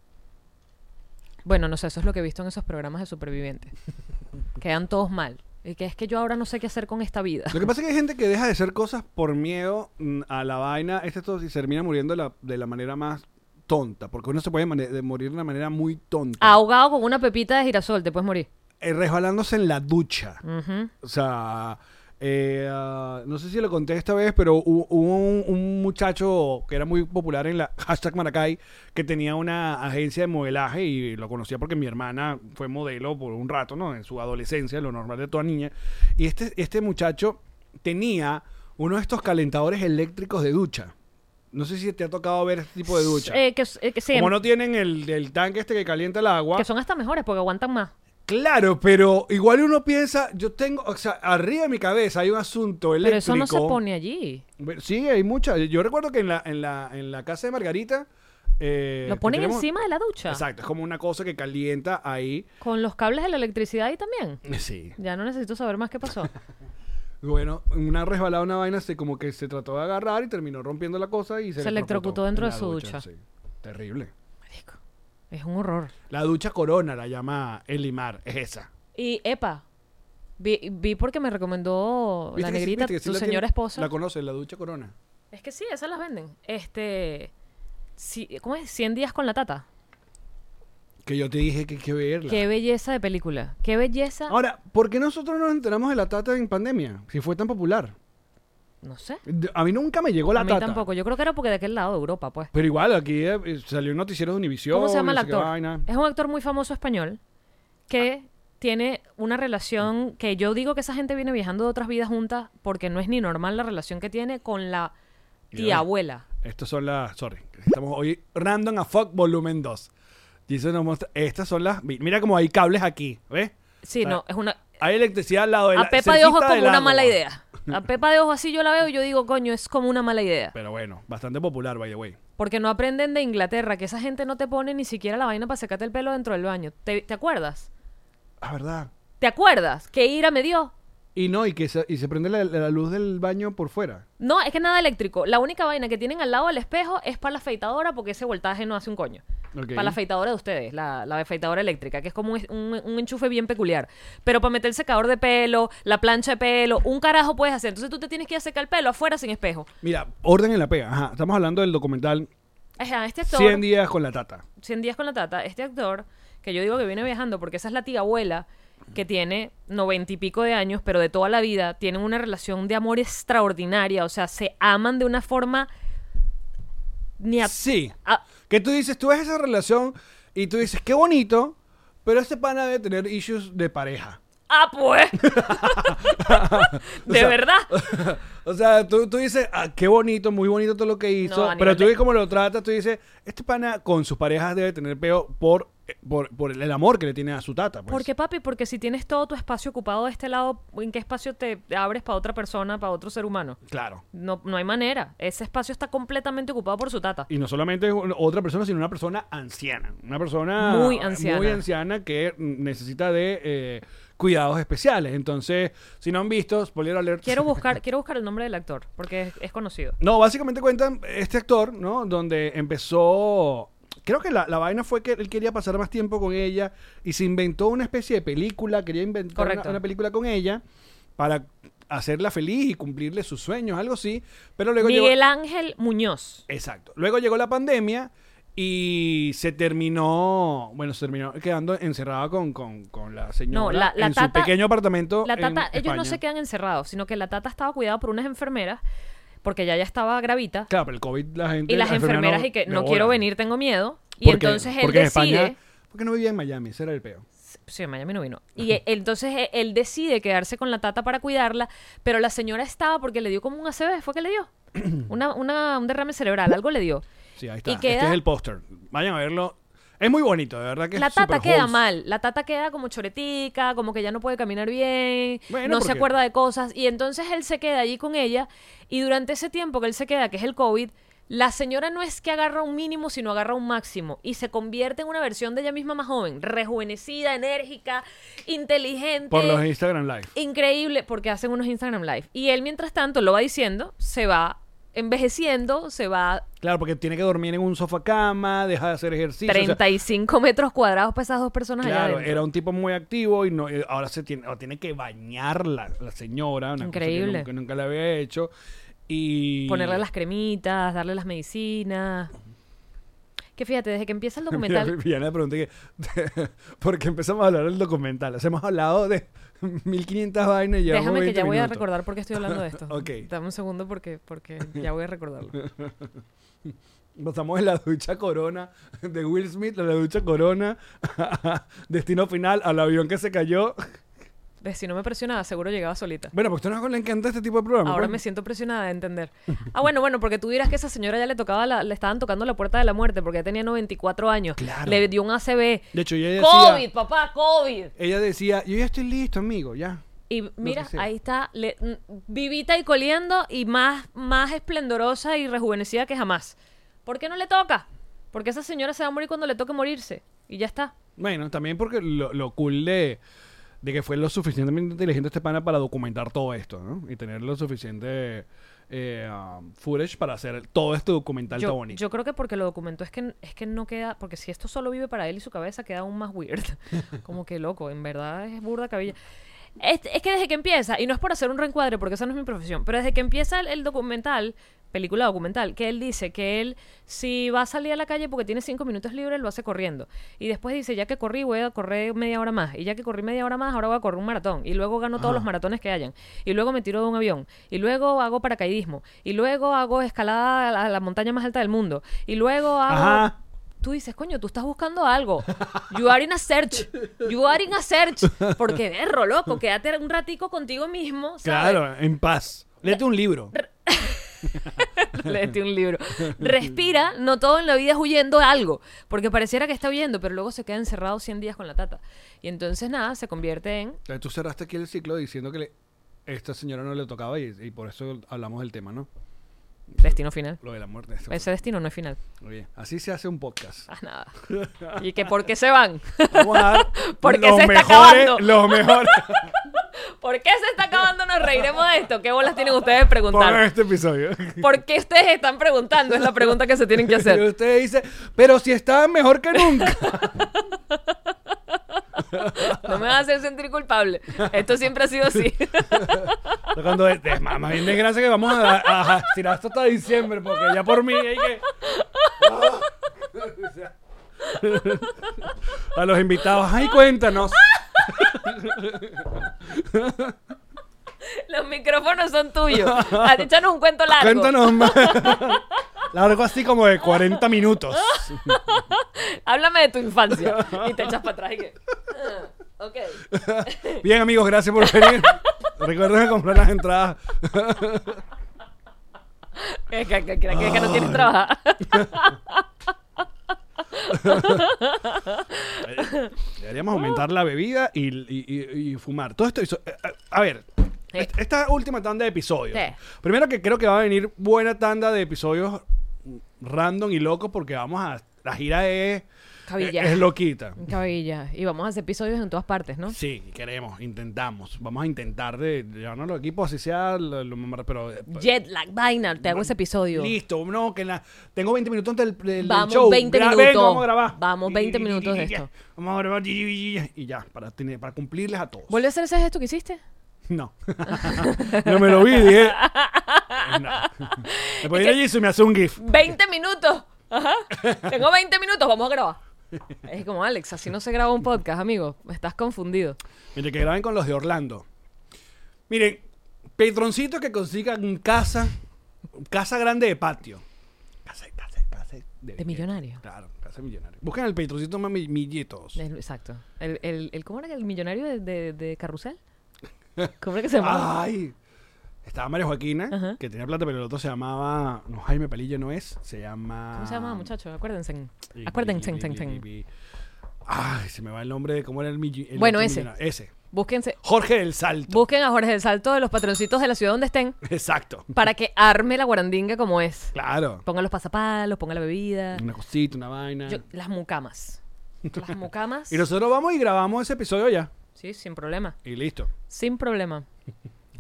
Speaker 4: Bueno, no sé, eso es lo que he visto en esos programas de
Speaker 3: [laughs]
Speaker 4: supervivientes. Quedan todos mal. Y que es que yo ahora no sé qué hacer con esta vida.
Speaker 3: Lo que pasa es que hay gente que deja de hacer cosas por miedo mm, a la vaina. Este todo y se termina muriendo de la, de la manera más tonta, porque uno se puede mane- de morir de una manera muy tonta.
Speaker 4: [laughs] Ahogado con una pepita de girasol, te puedes morir.
Speaker 3: eh, resbalándose en la ducha.
Speaker 4: Ujú.
Speaker 3: O sea, eh, ah, no sé si lo conté esta vez, pero hu- hubo un, un muchacho que era muy popular en la [laughs] hashtag Maracay, que tenía una agencia de modelaje y lo conocía porque mi hermana fue modelo por un rato, ¿no? En su adolescencia, lo normal de toda niña. Y este, este muchacho tenía uno de estos calentadores eléctricos de ducha. No sé si te ha tocado ver este tipo de ducha.
Speaker 4: Eh, que, eh, que sí,
Speaker 3: Como no tienen el, el tanque este que calienta el agua.
Speaker 4: que son hasta mejores porque aguantan más.
Speaker 3: Claro, pero igual uno piensa, yo tengo, o sea, arriba de mi cabeza hay un asunto
Speaker 4: Pero
Speaker 3: eléctrico.
Speaker 4: eso no se pone allí.
Speaker 3: Bueno, Sí, hay muchas. Yo recuerdo que en la, en la, en la casa de Margarita... eh,
Speaker 4: Lo
Speaker 3: que
Speaker 4: ponen
Speaker 3: tenemos-
Speaker 4: encima de la ducha.
Speaker 3: Exacto, es como una cosa que calienta ahí.
Speaker 4: Con los cables de la electricidad ahí también.
Speaker 3: Sí.
Speaker 4: Ya no necesito saber más qué [laughs] pasó.
Speaker 3: Bueno, una resbalada, una vaina, se como que se trató de agarrar y terminó rompiendo la cosa y se,
Speaker 4: Se electrocutó dentro
Speaker 3: en
Speaker 4: de
Speaker 3: la
Speaker 4: su ducha.
Speaker 3: sí. Terrible.
Speaker 4: Marico, es un horror.
Speaker 3: La ducha corona la llama Elimar, es esa.
Speaker 4: Y, epa, vi, vi porque me recomendó la
Speaker 3: ¿Viste que sí-
Speaker 4: negrita,
Speaker 3: viste que sí
Speaker 4: tu
Speaker 3: la tiene-
Speaker 4: señora esposa.
Speaker 3: La conoce, la ducha corona.
Speaker 4: Es que sí, esas las venden. Este, sí, ¿cómo es? 100 días con la tata.
Speaker 3: Que yo te dije que hay que verla.
Speaker 4: Qué belleza de película. Qué belleza.
Speaker 3: Ahora, ¿por qué nosotros nos enteramos de la tata en pandemia? Si fue tan popular.
Speaker 4: no sé.
Speaker 3: De- A mí nunca me llegó la
Speaker 4: a mí
Speaker 3: tata.
Speaker 4: tampoco. Yo creo que era porque de aquel lado de Europa, pues.
Speaker 3: Pero igual, aquí eh, salió en noticieros de Univisión.
Speaker 4: ¿Cómo se llama el
Speaker 3: no sé qué
Speaker 4: actor?
Speaker 3: vaina. Ah.
Speaker 4: Es un actor muy famoso español que tiene una relación que yo digo que esa gente viene viajando de otras vidas juntas porque no es ni normal la relación que tiene con la tía abuela.
Speaker 3: Estas son las. Sorry. Estamos hoy Random a Fuck Volumen 2. Y eso nos muestra. Estas son las. mi- Mira como hay cables aquí. ¿Ves?
Speaker 4: Sí, no, es una
Speaker 3: Hay electricidad al lado de la.
Speaker 4: a Pepa de Ojos
Speaker 3: cerquita
Speaker 4: como
Speaker 3: del
Speaker 4: una
Speaker 3: agua.
Speaker 4: mala
Speaker 3: [laughs]
Speaker 4: idea. A Pepa de Ojos así yo la veo y yo digo, coño, es como una mala idea.
Speaker 3: Pero bueno, bastante popular, by the way.
Speaker 4: Porque no aprenden de Inglaterra, que esa gente no te pone ni siquiera la vaina para secarte el pelo dentro del baño. ¿Te, te acuerdas?
Speaker 3: Ah, verdad.
Speaker 4: ¿Te acuerdas? ¿Qué ira me dio?
Speaker 3: Y no, y que se, y se prende la, la luz del baño por fuera.
Speaker 4: No, es que nada eléctrico. La única vaina que tienen al lado del espejo es para la afeitadora porque ese voltaje no hace un coño.
Speaker 3: Ok.
Speaker 4: Para la afeitadora de ustedes, la, la afeitadora eléctrica, que es como un, un- un enchufe bien peculiar. Pero para meter el secador de pelo, la plancha de pelo, un carajo puedes hacer. Entonces tú te tienes que ir a secar el pelo afuera sin espejo.
Speaker 3: Mira, orden en la pega. Ajá. Estamos hablando del documental
Speaker 4: Ajá, este actor,
Speaker 3: 100
Speaker 4: 100,
Speaker 3: días con la tata.
Speaker 4: días con la tata, este actor, que yo digo que viene viajando porque esa es la tía abuela que tiene noventa y pico de años, pero de toda la vida, tienen una relación de amor extraordinaria. O sea, se aman de una forma... Ni a-
Speaker 3: Sí.
Speaker 4: a-
Speaker 3: Que tú dices, tú ves esa relación y tú dices, qué bonito, pero este pana debe tener issues de pareja. [laughs]
Speaker 4: Ah, pues.
Speaker 3: O
Speaker 4: de
Speaker 3: sea, pues.
Speaker 4: verdad.
Speaker 3: o sea, tú, tú dices, ah, qué bonito, muy bonito todo lo que
Speaker 4: No, a
Speaker 3: hizo.
Speaker 4: nivel
Speaker 3: pero tú
Speaker 4: de-
Speaker 3: ves cómo lo trata, tú dices, este pana con sus parejas debe tener peo por, eh, por, por el amor que le tiene a su tata. pues.
Speaker 4: Porque, papi, porque si tienes todo tu espacio ocupado de este lado, ¿en qué espacio te abres para otra persona, para otro ser humano?
Speaker 3: Claro.
Speaker 4: No, no hay manera. Ese espacio está completamente ocupado por su tata.
Speaker 3: Y no solamente un- otra persona, sino una persona anciana. Una persona
Speaker 4: Muy
Speaker 3: eh,
Speaker 4: anciana.
Speaker 3: muy anciana que mm, necesita de eh, cuidados especiales. Entonces, si no han visto, spoiler alert.
Speaker 4: Quiero buscar, quiero buscar el nombre del actor, porque es, es conocido.
Speaker 3: No, básicamente cuentan este actor, ¿no? Donde empezó. Creo que la, la vaina fue que él quería pasar más tiempo con ella y se inventó una especie de película, quería inventar una-
Speaker 4: Correcto.
Speaker 3: una película con ella para hacerla feliz y cumplirle sus sueños, algo así. Pero luego llegó-
Speaker 4: Miguel Ángel Muñoz.
Speaker 3: Exacto. Luego llegó la pandemia y se terminó, bueno, se terminó quedando encerrada con, con, con la señora
Speaker 4: No, la- la
Speaker 3: en su
Speaker 4: tata-
Speaker 3: pequeño apartamento.
Speaker 4: La
Speaker 3: en
Speaker 4: tata, ellos no
Speaker 3: España.
Speaker 4: se quedan encerrados, sino que la tata estaba cuidada por unas enfermeras, porque ya ya estaba gravita.
Speaker 3: Claro, pero el COVID la gente.
Speaker 4: y las
Speaker 3: la enfermera
Speaker 4: enfermeras y que
Speaker 3: de
Speaker 4: no
Speaker 3: bola.
Speaker 4: quiero venir, tengo miedo. Y
Speaker 3: Porque-
Speaker 4: entonces él
Speaker 3: porque en
Speaker 4: decide.
Speaker 3: España- porque no vivía en Miami, ese era el peo.
Speaker 4: Sí, en Miami no vino. Y e- entonces e- él decide quedarse con la tata para cuidarla, pero la señora estaba porque le dio como un ACV, ¿fue que le dio?
Speaker 3: [clears throat]
Speaker 4: Una, una- un derrame cerebral, algo le dio.
Speaker 3: Sí, ahí está.
Speaker 4: Y queda-
Speaker 3: Este es el póster. Vayan a verlo. Es muy bonito, de verdad que
Speaker 4: La
Speaker 3: es super
Speaker 4: tata queda
Speaker 3: wholesome.
Speaker 4: mal, la tata queda como choretica, como que ya no puede caminar bien,
Speaker 3: Bueno,
Speaker 4: no se
Speaker 3: porque-
Speaker 4: acuerda de cosas, y entonces él se queda allí con ella, y durante ese tiempo que él se queda, que es el COVID, la señora no es que agarra un mínimo, sino agarra un máximo, y se convierte en una versión de ella misma más joven, rejuvenecida, enérgica, inteligente.
Speaker 3: Por los Instagram Live.
Speaker 4: increíble porque hacen unos Instagram Live. Y él, mientras tanto, lo va diciendo, se va envejeciendo, se va
Speaker 3: Claro, porque tiene que dormir en un sofá cama, deja de hacer ejercicio. o sea,
Speaker 4: 35 metros cuadrados para esas dos personas allá
Speaker 3: Claro,
Speaker 4: adentro.
Speaker 3: era un tipo muy activo y no, eh, ahora se tiene, ahora tiene que bañar la, la señora, una
Speaker 4: Increíble.
Speaker 3: cosa que nunca, nunca la había hecho. Y
Speaker 4: Ponerle
Speaker 3: [laughs]
Speaker 4: las cremitas, darle las medicinas. Que fíjate, desde que
Speaker 3: [laughs]
Speaker 4: empieza el
Speaker 3: Mira,
Speaker 4: documental,
Speaker 3: Viviana le pregunté que [laughs] porque empezamos a hablar del documental. O sea, hemos hablado de [laughs] 1500 vainas y llevamos
Speaker 4: déjame que
Speaker 3: 20
Speaker 4: ya voy a
Speaker 3: minutos.
Speaker 4: recordar por qué estoy
Speaker 3: [laughs]
Speaker 4: hablando de esto.
Speaker 3: Ok.
Speaker 4: Dame un segundo porque,
Speaker 3: [laughs]
Speaker 4: porque ya voy a recordarlo.
Speaker 3: Pasamos de la ducha corona de Will Smith a la ducha corona, [laughs] destino final al avión que se cayó.
Speaker 4: Ves, Si no me presionaba, seguro llegaba solita.
Speaker 3: Bueno, porque a usted no le encanta este tipo de programa.
Speaker 4: Ahora
Speaker 3: pues.
Speaker 4: me siento presionada de
Speaker 3: [laughs]
Speaker 4: entender. Ah, bueno, bueno, porque tú dirás que a esa señora ya le tocaba la- le estaban tocando la puerta de la muerte porque ya tenía 94 años.
Speaker 3: Claro.
Speaker 4: Le dio un ACV.
Speaker 3: De hecho, ella
Speaker 4: COVID,
Speaker 3: decía,
Speaker 4: papá, COVID.
Speaker 3: ella decía, yo ya estoy listo, amigo, ya.
Speaker 4: Y mira,
Speaker 3: sé.
Speaker 4: ahí está, le- mm, vivita y coliendo y más, más esplendorosa y rejuvenecida que jamás. ¿Por qué no le toca? Porque esa señora se va a morir cuando le toque morirse. Y ya está.
Speaker 3: Bueno, también porque lo, lo cool de, de que fue lo suficientemente inteligente este pana para documentar todo esto, ¿no? Y tener lo suficiente eh, um, footage para hacer todo este documental tan
Speaker 4: Yo,
Speaker 3: bonito.
Speaker 4: yo creo que porque lo documentó es que, es que no queda, porque si esto solo vive para él y su cabeza queda aún más weird. Como que loco, en verdad es burda cabilla. Es, es que desde que empieza, y no es por hacer un reencuadre porque esa no es mi profesión, pero desde que empieza el, el documental película documental, que él dice que él si va a salir a la calle porque tiene cinco minutos libres, lo hace corriendo. Y después dice, ya que corrí, voy a correr media hora más. Y ya que corrí media hora más, ahora voy a correr un maratón. Y luego gano
Speaker 3: Ah.
Speaker 4: todos los maratones que hayan. Y luego me tiro de un avión. Y luego hago paracaidismo. Y luego hago escalada a la, a la montaña más alta del mundo. Y luego hago...
Speaker 3: Ajá.
Speaker 4: Tú dices, coño, tú estás buscando algo. You are in a search. You are in a search.
Speaker 3: [laughs]
Speaker 4: Porque, berro, loco, quédate un ratico contigo mismo. ¿sabes?
Speaker 3: Claro, en paz. Léete un libro.
Speaker 4: [laughs] Léete un libro. Respira, no todo en la vida es huyendo a algo, porque pareciera que está huyendo, pero luego se queda encerrado 100 días con la tata. Y entonces nada, se convierte en...
Speaker 3: Entonces, Tú cerraste aquí el ciclo diciendo que le- esta señora no le tocaba y, y por eso hablamos del tema, ¿no?
Speaker 4: Destino final.
Speaker 3: Lo de la muerte. Eso.
Speaker 4: Ese destino no es final. [laughs]
Speaker 3: Oye, así se hace un podcast.
Speaker 4: Ah, nada. ¿Y que por qué se van? [laughs]
Speaker 3: Vamos a dar
Speaker 4: Porque
Speaker 3: los
Speaker 4: se está
Speaker 3: mejores,
Speaker 4: acabando. [laughs]
Speaker 3: los mejores
Speaker 4: ¿Por qué se está acabando? Nos reiremos de esto. ¿Qué bolas tienen ustedes de
Speaker 3: por
Speaker 4: preguntar? [laughs]
Speaker 3: este episodio.
Speaker 4: ¿Por qué ustedes están preguntando? Es la pregunta que se tienen que
Speaker 3: Y
Speaker 4: hacer.
Speaker 3: [laughs] usted dice, pero si está mejor que nunca. [laughs]
Speaker 4: No me van a hacer sentir culpable. Esto siempre ha sido así. [laughs]
Speaker 3: Cuando es, es más, más bien desgracia que vamos a, a- a tirar esto hasta diciembre, porque ya por mí hay que. [laughs] a los invitados, ay, cuéntanos.
Speaker 4: Los micrófonos son tuyos. Ah, Échanos un cuento largo. [laughs]
Speaker 3: Cuéntanos más. Largo así como de 40 minutos.
Speaker 4: Háblame de tu infancia. Y te echas para atrás y que. "Ah, Ok.
Speaker 3: Bien, amigos, gracias por venir. Recuerden comprar las entradas.
Speaker 4: Es que, que- que- que- que no tienes trabajo.
Speaker 3: Deberíamos aumentar la bebida y, y- y- y fumar. Todo esto. hizo- eh, eh, A ver,
Speaker 4: Sí.
Speaker 3: est- esta última tanda de episodios.
Speaker 4: Sí.
Speaker 3: Primero que creo que va a venir buena tanda de episodios random y locos porque vamos a. La gira es.
Speaker 4: Cabilla.
Speaker 3: Es, es loquita.
Speaker 4: Cabilla. Y vamos a hacer episodios en todas partes, ¿no?
Speaker 3: Sí, queremos, intentamos. Vamos a intentar de de llevarnos los equipos, así sea. lo- lo más- pero, eh,
Speaker 4: Jet lag, vaina, te hago ese episodio.
Speaker 3: Listo, no, que en la, tengo 20 minutos antes del, del- del
Speaker 4: Vamos,
Speaker 3: show.
Speaker 4: 20
Speaker 3: Gra-
Speaker 4: minutos.
Speaker 3: venga, vamos a grabar.
Speaker 4: Vamos, 20 minutos de esto.
Speaker 3: Vamos a grabar. Y ya, para, tener, para cumplirles a todos.
Speaker 4: ¿Vuelve a hacer ese gesto que hiciste?
Speaker 3: No. [laughs] no me lo vi,
Speaker 4: [laughs]
Speaker 3: dije. No. Después ir allí y se me hace un GIF.
Speaker 4: 20 minutos. Ajá. Tengo 20 minutos, vamos a grabar. Es como Alex, así no se graba un podcast, amigo. Estás confundido.
Speaker 3: Mire, que graben con los de Orlando. Miren, patroncitos que consigan casa, casa grande de patio. Casa, casa, casa de,
Speaker 4: De millonario.
Speaker 3: Claro, casa de millonario. Busquen el patroncito más mi- millitos.
Speaker 4: El- Exacto. El, el- el- ¿Cómo era el millonario de, de- de Carrusel? ¿Cómo era que se llamaba?
Speaker 3: Ay. Estaba María Joaquina,
Speaker 4: Ajá.
Speaker 3: que tenía plata, pero el otro se llamaba. No, Jaime Palillo no es. Se llama.
Speaker 4: ¿Cómo se llamaba, muchachos? Acuérdense.
Speaker 3: Y-
Speaker 4: Acuérdense.
Speaker 3: y- y-
Speaker 4: ten, ten.
Speaker 3: y- y- Ay, se me va el nombre de cómo era el, milli- el
Speaker 4: Bueno,
Speaker 3: otro
Speaker 4: ese.
Speaker 3: millonario. Ese.
Speaker 4: Búsquense.
Speaker 3: Jorge del Salto.
Speaker 4: Busquen a Jorge del Salto de los patroncitos de la ciudad donde estén
Speaker 3: [laughs] Exacto.
Speaker 4: para que arme la guarandinga como es.
Speaker 3: Claro.
Speaker 4: Ponga los pasapalos, ponga la bebida.
Speaker 3: Una cosita, una vaina.
Speaker 4: Yo- las mucamas. Las mucamas.
Speaker 3: Mm. [laughs] Y nosotros vamos y grabamos ese episodio ya.
Speaker 4: Sí, sin problema.
Speaker 3: Y listo. [laughs]
Speaker 4: Sin problema.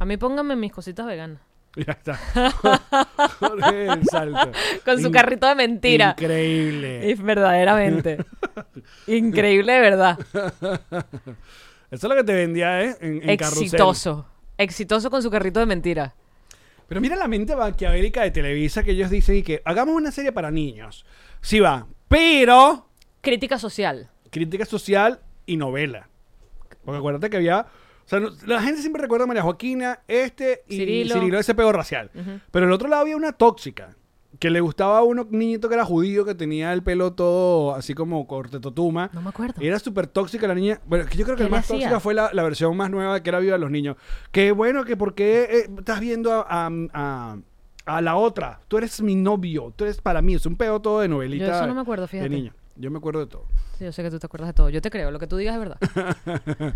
Speaker 4: A mí pónganme mis cositas veganas. [laughs]
Speaker 3: Ya está. Jorge del Salto.
Speaker 4: Con su
Speaker 3: In-
Speaker 4: carrito de mentira.
Speaker 3: Increíble.
Speaker 4: Y verdaderamente.
Speaker 3: [laughs]
Speaker 4: Increíble de verdad.
Speaker 3: Eso es lo que te vendía, ¿eh? En, en Carrusel.
Speaker 4: Exitoso. Exitoso con su carrito de mentira.
Speaker 3: Pero mira la mente maquiavélica de Televisa que ellos dicen y que hagamos una serie para niños. Sí va, pero
Speaker 4: Crítica social.
Speaker 3: crítica social y novela. Porque acuérdate que había... O sea, no- la gente siempre recuerda a María Joaquina, este y Cirilo,
Speaker 4: Cirilo.
Speaker 3: ese peor racial. Pero el otro lado había una tóxica que le gustaba a un niñito que era judío, que tenía el pelo todo así como cortetotuma.
Speaker 4: No me acuerdo.
Speaker 3: Y era súper tóxica la niña. Bueno, es que yo creo que
Speaker 4: ¿Qué
Speaker 3: la
Speaker 4: le
Speaker 3: más
Speaker 4: hacía?
Speaker 3: tóxica fue la, la versión más nueva que era Viva los Niños. Que bueno, que porque eh, estás viendo a, a- a- a la otra. Tú eres mi novio, tú eres para mí. Es un pedo todo de novelita.
Speaker 4: Yo eso no me acuerdo,
Speaker 3: De
Speaker 4: fíjate.
Speaker 3: niño. Yo me acuerdo de todo.
Speaker 4: Sí, yo sé que tú te acuerdas de todo. Yo te creo. Lo que tú digas es
Speaker 3: [laughs]
Speaker 4: verdad.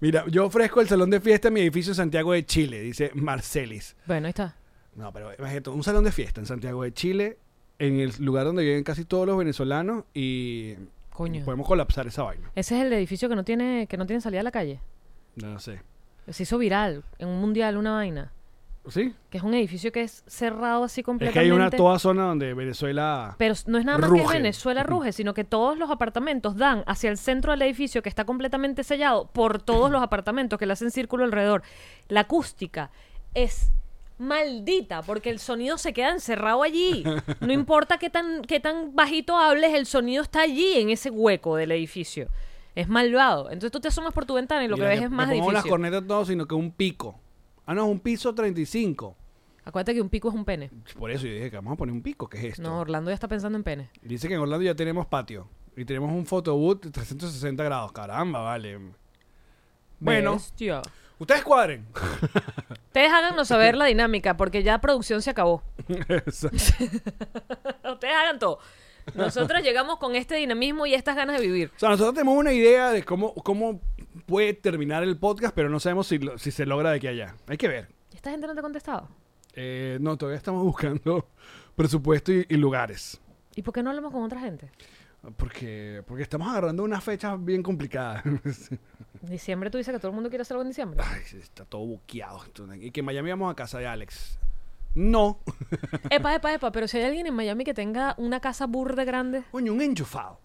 Speaker 3: Mira, yo ofrezco el salón de fiesta en mi edificio en Santiago de Chile, dice Marcelis.
Speaker 4: Bueno, ahí está.
Speaker 3: No, pero imagínate, un salón de fiesta en Santiago de Chile, en el lugar donde viven casi todos los venezolanos y
Speaker 4: Coño.
Speaker 3: podemos colapsar esa vaina.
Speaker 4: Ese es el edificio que no tiene, que no tiene salida a la calle.
Speaker 3: No sé.
Speaker 4: Se hizo viral en un mundial una vaina.
Speaker 3: ¿Sí?
Speaker 4: Que es un edificio que es cerrado así
Speaker 3: Es
Speaker 4: completamente.
Speaker 3: que hay una toda zona donde Venezuela...
Speaker 4: Pero s- no es nada más
Speaker 3: Ruge.
Speaker 4: que Venezuela ruge, sino que todos los apartamentos dan hacia el centro del edificio que está completamente sellado por todos los apartamentos que le hacen círculo alrededor. La acústica es maldita, porque el sonido se queda encerrado allí. No importa qué tan, qué tan bajito hables, el sonido está allí, en ese hueco del edificio. Es malvado. Entonces tú te asomas por tu ventana y lo que ves es más
Speaker 3: No las
Speaker 4: difícil.
Speaker 3: cornetas todo, sino que un pico. Ah, no, es un piso 35.
Speaker 4: Acuérdate que un pico es un pene.
Speaker 3: Por eso yo dije que vamos a poner un pico, ¿qué es esto?
Speaker 4: No, Orlando ya está pensando en pene.
Speaker 3: Dice que en Orlando ya tenemos patio. Y tenemos un photobooth de 360 grados. Caramba, vale. Bueno,
Speaker 4: Bestia.
Speaker 3: ustedes cuadren. [laughs]
Speaker 4: Ustedes háganos saber la dinámica, porque ya producción se acabó. [laughs] Ustedes hagan todo.
Speaker 3: [laughs]
Speaker 4: Nosotros llegamos con este dinamismo y estas ganas de vivir.
Speaker 3: O sea, nosotros tenemos una idea de cómo, cómo puede terminar el podcast, pero no sabemos si, lo- si se logra de aquí a allá. Hay que ver.
Speaker 4: ¿Esta gente no te ha contestado?
Speaker 3: Eh, no, todavía estamos [laughs] buscando presupuesto y, y lugares.
Speaker 4: ¿Y por qué no hablamos con otra gente?
Speaker 3: Porque, porque estamos agarrando unas fechas bien [laughs] complicadas.
Speaker 4: En diciembre tú dices que todo el mundo quiere hacer algo en
Speaker 3: [laughs]
Speaker 4: diciembre.
Speaker 3: Ay, se está todo buqueado. esto. Y que en Miami vamos a casa de Alex. No.
Speaker 4: Epa, epa, epa, pero si hay alguien en Miami que tenga una casa burda grande,
Speaker 3: Coño, un enchufado.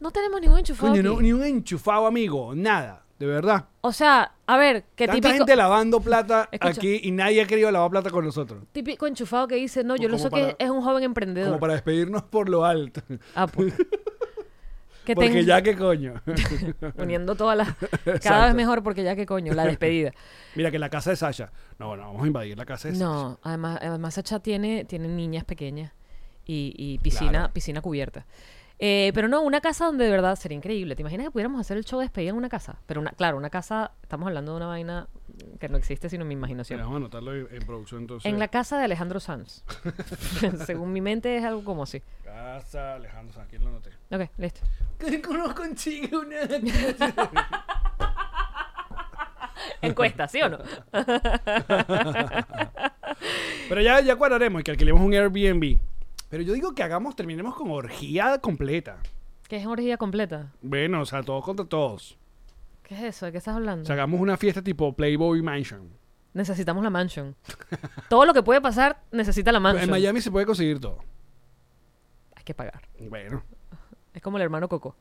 Speaker 4: no tenemos ningún enchufado.
Speaker 3: Coño, no-
Speaker 4: aquí.
Speaker 3: ni un enchufado, amigo. Nada. De verdad.
Speaker 4: O sea, a ver, que
Speaker 3: Tanta
Speaker 4: típico,
Speaker 3: gente lavando plata
Speaker 4: Escucha.
Speaker 3: aquí y nadie ha querido lavar plata con nosotros.
Speaker 4: típico enchufado que dice, no, yo lo
Speaker 3: Como
Speaker 4: sé
Speaker 3: para-
Speaker 4: que es un joven emprendedor.
Speaker 3: Como para despedirnos por lo alto.
Speaker 4: Ah,
Speaker 3: [laughs]
Speaker 4: pues. Que
Speaker 3: Porque
Speaker 4: tenga-
Speaker 3: ya que coño. [laughs]
Speaker 4: Uniendo todas [laughs] las... Cada
Speaker 3: Exacto.
Speaker 4: vez mejor porque ya que coño, la [laughs] despedida.
Speaker 3: Mira que la casa de Sasha. No, no, vamos a invadir la casa de Sasha.
Speaker 4: No, además, además Sacha tiene, tiene niñas pequeñas y, y piscina,
Speaker 3: Claro.
Speaker 4: piscina cubierta. Eh, pero no, una casa donde de verdad sería increíble. ¿Te imaginas que pudiéramos hacer el show de despedida en una casa? Pero una, claro, una casa, estamos hablando de una vaina que no existe sino en mi
Speaker 3: Mira,
Speaker 4: imaginación.
Speaker 3: vamos a anotarlo en, en producción entonces.
Speaker 4: En la casa de Alejandro Sanz. [laughs] Según mi mente es algo como así.
Speaker 3: casa, Alejandro, Sanz, aquí
Speaker 4: [laughs]
Speaker 3: lo anoté.
Speaker 4: Ok, listo.
Speaker 3: Que conozco en Chile una. [laughs]
Speaker 4: Encuesta, ¿sí o no?
Speaker 3: Pero ya, ya cuadraremos y que alquilemos un Airbnb. Pero yo digo que hagamos, terminemos con orgía completa.
Speaker 4: ¿Qué es orgía completa?
Speaker 3: Bueno, o sea, todos contra todos.
Speaker 4: ¿Qué es eso? ¿De qué estás hablando?
Speaker 3: O sea, hagamos una fiesta tipo Playboy Mansion.
Speaker 4: Necesitamos la mansion. [laughs] Todo lo que puede pasar necesita la mansion.
Speaker 3: En Miami se puede conseguir todo.
Speaker 4: Hay que pagar.
Speaker 3: Bueno,
Speaker 4: Es como el hermano Coco.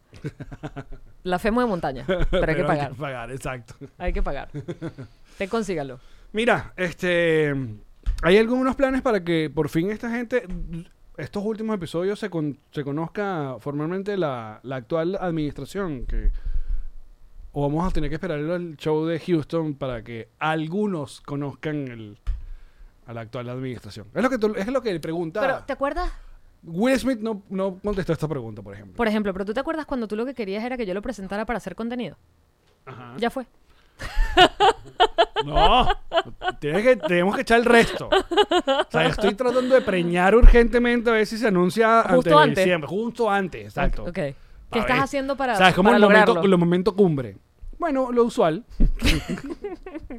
Speaker 4: [laughs] La femo de
Speaker 3: [laughs]
Speaker 4: montaña, pero hay que pagar.
Speaker 3: pagar, exacto.
Speaker 4: Hay que
Speaker 3: [laughs]
Speaker 4: pagar. Te consígalo.
Speaker 3: Mira, este. ¿Hay algunos planes para que por fin esta gente, estos últimos episodios, se, con- se conozca formalmente la, la actual administración? Que, o vamos a tener que esperar el show de Houston para que algunos conozcan el, a la actual administración. Es lo que, tú- es lo que
Speaker 4: Pero,
Speaker 3: preguntaba.
Speaker 4: ¿te acuerdas?
Speaker 3: Will Smith no, no contestó esta pregunta, por ejemplo.
Speaker 4: Por ejemplo, pero tú te acuerdas cuando tú lo que querías era que yo lo presentara para hacer contenido.
Speaker 3: Ajá.
Speaker 4: Ya fue.
Speaker 3: No, tienes que, tenemos que echar el resto. O sea, estoy tratando de preñar urgentemente a ver si se anuncia antes
Speaker 4: Justo
Speaker 3: de
Speaker 4: antes.
Speaker 3: diciembre. Justo antes, exacto.
Speaker 4: Ok. ¿Qué
Speaker 3: A
Speaker 4: estás
Speaker 3: ver.
Speaker 4: haciendo para,
Speaker 3: O sea, es como
Speaker 4: para
Speaker 3: el
Speaker 4: lograrlo?
Speaker 3: momento, el momento cumbre. Bueno, lo usual. [laughs]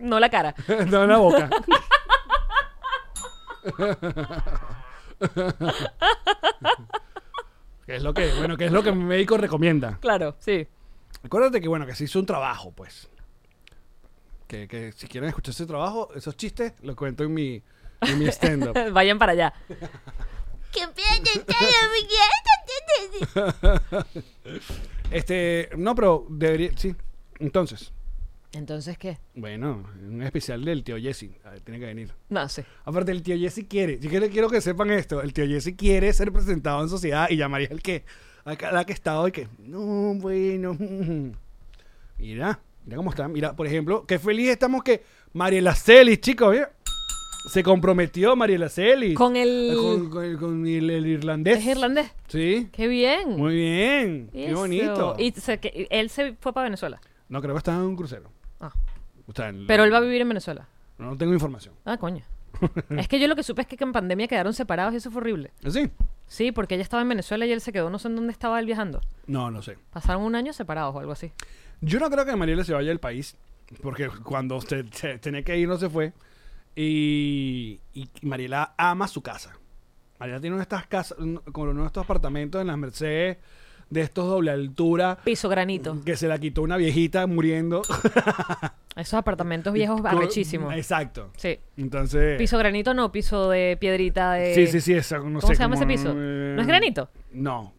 Speaker 4: No la cara.
Speaker 3: no en la boca. [laughs] ¿Qué es lo que, bueno, que es lo que mi médico recomienda?
Speaker 4: Claro, sí.
Speaker 3: Acuérdate que, bueno, que se hizo un trabajo, pues. Que, que si quieren escuchar ese trabajo, esos chistes, los cuento en mi, en mi stand-up.
Speaker 4: [laughs] Vayan para allá.
Speaker 5: Que pierde todo mi guía.
Speaker 3: Este, no, pero debería, sí. Entonces,
Speaker 4: Entonces, ¿qué?
Speaker 3: bueno, un especial del tío Jesse, A ver, tiene que venir.
Speaker 4: No sé.
Speaker 3: Aparte, el tío Jesse quiere, yo quiero, quiero que sepan esto, el tío Jesse quiere ser presentado en sociedad y llamaría al que, a cada que está hoy que, no, bueno, [laughs] mira, mira cómo está, mira, por ejemplo, qué feliz estamos que Mariela Celis, chicos, mira, se comprometió Mariela Celis. Eh,
Speaker 4: Con el-
Speaker 3: Con, con el- con el- el irlandés.
Speaker 4: ¿Es irlandés?
Speaker 3: Sí.
Speaker 4: ¡Qué bien!
Speaker 3: Muy bien. Qué
Speaker 4: Eso.
Speaker 3: bonito.
Speaker 4: Y se- que- él se fue para Venezuela.
Speaker 3: No, creo que está en un crucero.
Speaker 4: Ah.
Speaker 3: O sea, en-
Speaker 4: Pero él va a vivir en Venezuela.
Speaker 3: No, no tengo información.
Speaker 4: Ah,
Speaker 3: [laughs]
Speaker 4: coño. es que yo lo que supe es que en pandemia quedaron separados y eso fue horrible.
Speaker 3: ¿Sí?
Speaker 4: Sí, porque ella estaba en Venezuela y él se quedó, no sé en dónde estaba él viajando.
Speaker 3: No, no sé.
Speaker 4: Pasaron un año separados o algo así.
Speaker 3: Yo no creo que Mariela se vaya del país, porque cuando se, se- tenía que ir no se fue. Y, y Mariela ama su casa. Mariela tiene una de estas casas, un- como uno de estos apartamentos en las Mercedes, de estos doble altura,
Speaker 4: Piso granito.
Speaker 3: que se la quitó una viejita muriendo.
Speaker 4: Esos apartamentos [laughs] viejos arrechísimos.
Speaker 3: Exacto.
Speaker 4: Sí.
Speaker 3: Entonces...
Speaker 4: Piso granito no, piso de piedrita de...
Speaker 3: Sí, sí, sí, esa, no
Speaker 4: ¿Cómo
Speaker 3: sé
Speaker 4: se llama ese
Speaker 3: cómo-
Speaker 4: piso? ¿No es granito?
Speaker 3: No.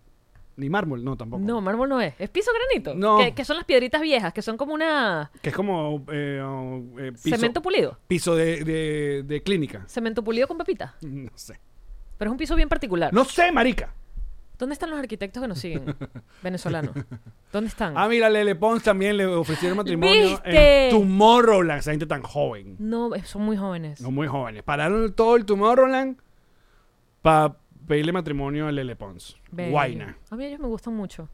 Speaker 3: Ni mármol, no, tampoco.
Speaker 4: No, mármol no es. Es piso granito.
Speaker 3: No.
Speaker 4: Que, que son las piedritas viejas, que son como una.
Speaker 3: Que es como eh, oh, eh, piso,
Speaker 4: Cemento pulido.
Speaker 3: piso de, de- de clínica. [laughs]
Speaker 4: Cemento pulido con pepita.
Speaker 3: No sé.
Speaker 4: Pero es un piso bien particular.
Speaker 3: No sé, marica.
Speaker 4: ¿Dónde están los arquitectos que nos
Speaker 3: [laughs]
Speaker 4: siguen? Venezolanos. ¿Dónde están?
Speaker 3: Ah, mira, Lele Pons también le ofrecieron matrimonio
Speaker 4: Mm. ¿Viste?
Speaker 3: en Tomorrowland. Esa gente tan joven.
Speaker 4: No, eh, son muy jóvenes.
Speaker 3: No muy jóvenes. Pararon todo el Tomorrowland para pedirle matrimonio a Lele Pons.
Speaker 4: Bello.
Speaker 3: Guayna.
Speaker 4: A mí ellos me gustan mucho.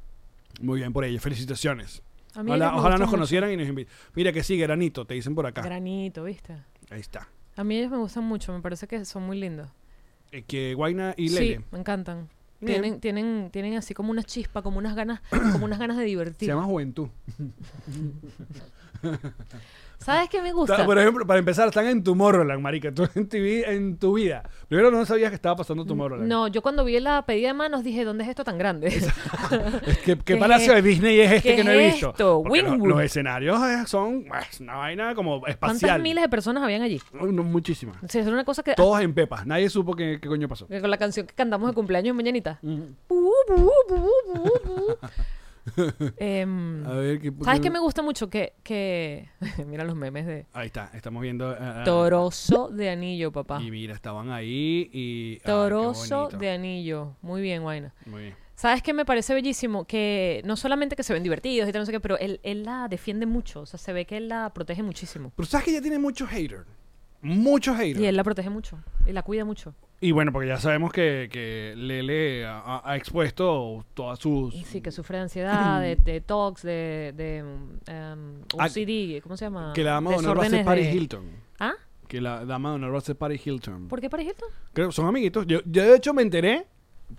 Speaker 3: Muy bien por ello. Felicitaciones.
Speaker 4: A mí ellos me
Speaker 3: ojalá ojalá
Speaker 4: gustan
Speaker 3: nos
Speaker 4: mucho.
Speaker 3: conocieran y nos inviten. Mira que sí, granito, te dicen por acá.
Speaker 4: Granito, ¿viste?
Speaker 3: Ahí está.
Speaker 4: A mí ellos me gustan mucho. Me parece que son muy lindos.
Speaker 3: Eh, que Guayna y Lele.
Speaker 4: Sí, me encantan.
Speaker 3: Bien.
Speaker 4: Tienen, tienen, tienen así como una chispa, como unas
Speaker 3: [coughs]
Speaker 4: ganas, como unas ganas de
Speaker 3: Se
Speaker 4: divertir.
Speaker 3: llama Juventud.
Speaker 4: ¿Sabes qué me gusta?
Speaker 3: Por ejemplo, para empezar, están en Tomorrowland, marica. Tú en tu, vi- en tu vida. Primero no sabías que estaba pasando Tomorrowland.
Speaker 4: Mm, No, yo cuando vi la pedida de manos dije, ¿dónde es esto tan grande?
Speaker 3: Es que, ¿Qué,
Speaker 4: ¿Qué
Speaker 3: palacio
Speaker 4: es-
Speaker 3: de Disney es este
Speaker 4: qué
Speaker 3: que no he
Speaker 4: es
Speaker 3: visto?
Speaker 4: esto?
Speaker 3: Porque lo-
Speaker 4: Wynwood.
Speaker 3: los escenarios eh, son eh, es una vaina
Speaker 4: [laughs]
Speaker 3: como
Speaker 4: ¿Cuántas
Speaker 3: espacial.
Speaker 4: miles de personas habían allí?
Speaker 3: Uy, no, muchísimas.
Speaker 4: O sea, es una cosa que...
Speaker 3: Todos en pepas. Nadie supo qué, qué coño pasó.
Speaker 4: que Con la canción que cantamos de cumpleaños de Mañanita. Bu, bu, bu, bu, bu.
Speaker 3: [laughs]
Speaker 4: Em,
Speaker 3: A ver, ¿qué,
Speaker 4: ¿Sabes qué me gusta mucho? Que... que... [laughs] Mira los memes de...
Speaker 3: Ahí está, estamos viendo. ah, ah,
Speaker 4: Toroso de anillo, papá.
Speaker 3: Y mira, estaban ahí y. ah, qué
Speaker 4: Toroso
Speaker 3: bonito.
Speaker 4: de anillo. Muy bien, Guaina.
Speaker 3: Muy bien.
Speaker 4: ¿Sabes qué me parece bellísimo? Que no solamente que se ven divertidos y tal, no sé qué, pero él, él la defiende mucho. O sea, se ve que él la protege muchísimo.
Speaker 3: Pero sabes que ella tiene muchos haters. Muchos haters.
Speaker 4: Y él la protege mucho. Y la cuida mucho.
Speaker 3: Y bueno, porque ya sabemos que, que Lele ha, ha expuesto todas sus.
Speaker 4: Sí, que sufre
Speaker 3: [clears throat]
Speaker 4: de ansiedad, de, de TOX, de, de um,
Speaker 3: Ah,
Speaker 4: OCD, ¿cómo se llama?
Speaker 3: Que la dama de honor va a ser
Speaker 4: Desórdenes
Speaker 3: Paris
Speaker 4: de-
Speaker 3: Hilton.
Speaker 4: ¿Ah?
Speaker 3: Que la dama de honor va a ser Paris Hilton.
Speaker 4: ¿Por qué Paris Hilton?
Speaker 3: Creo son amiguitos. Yo, yo de hecho me enteré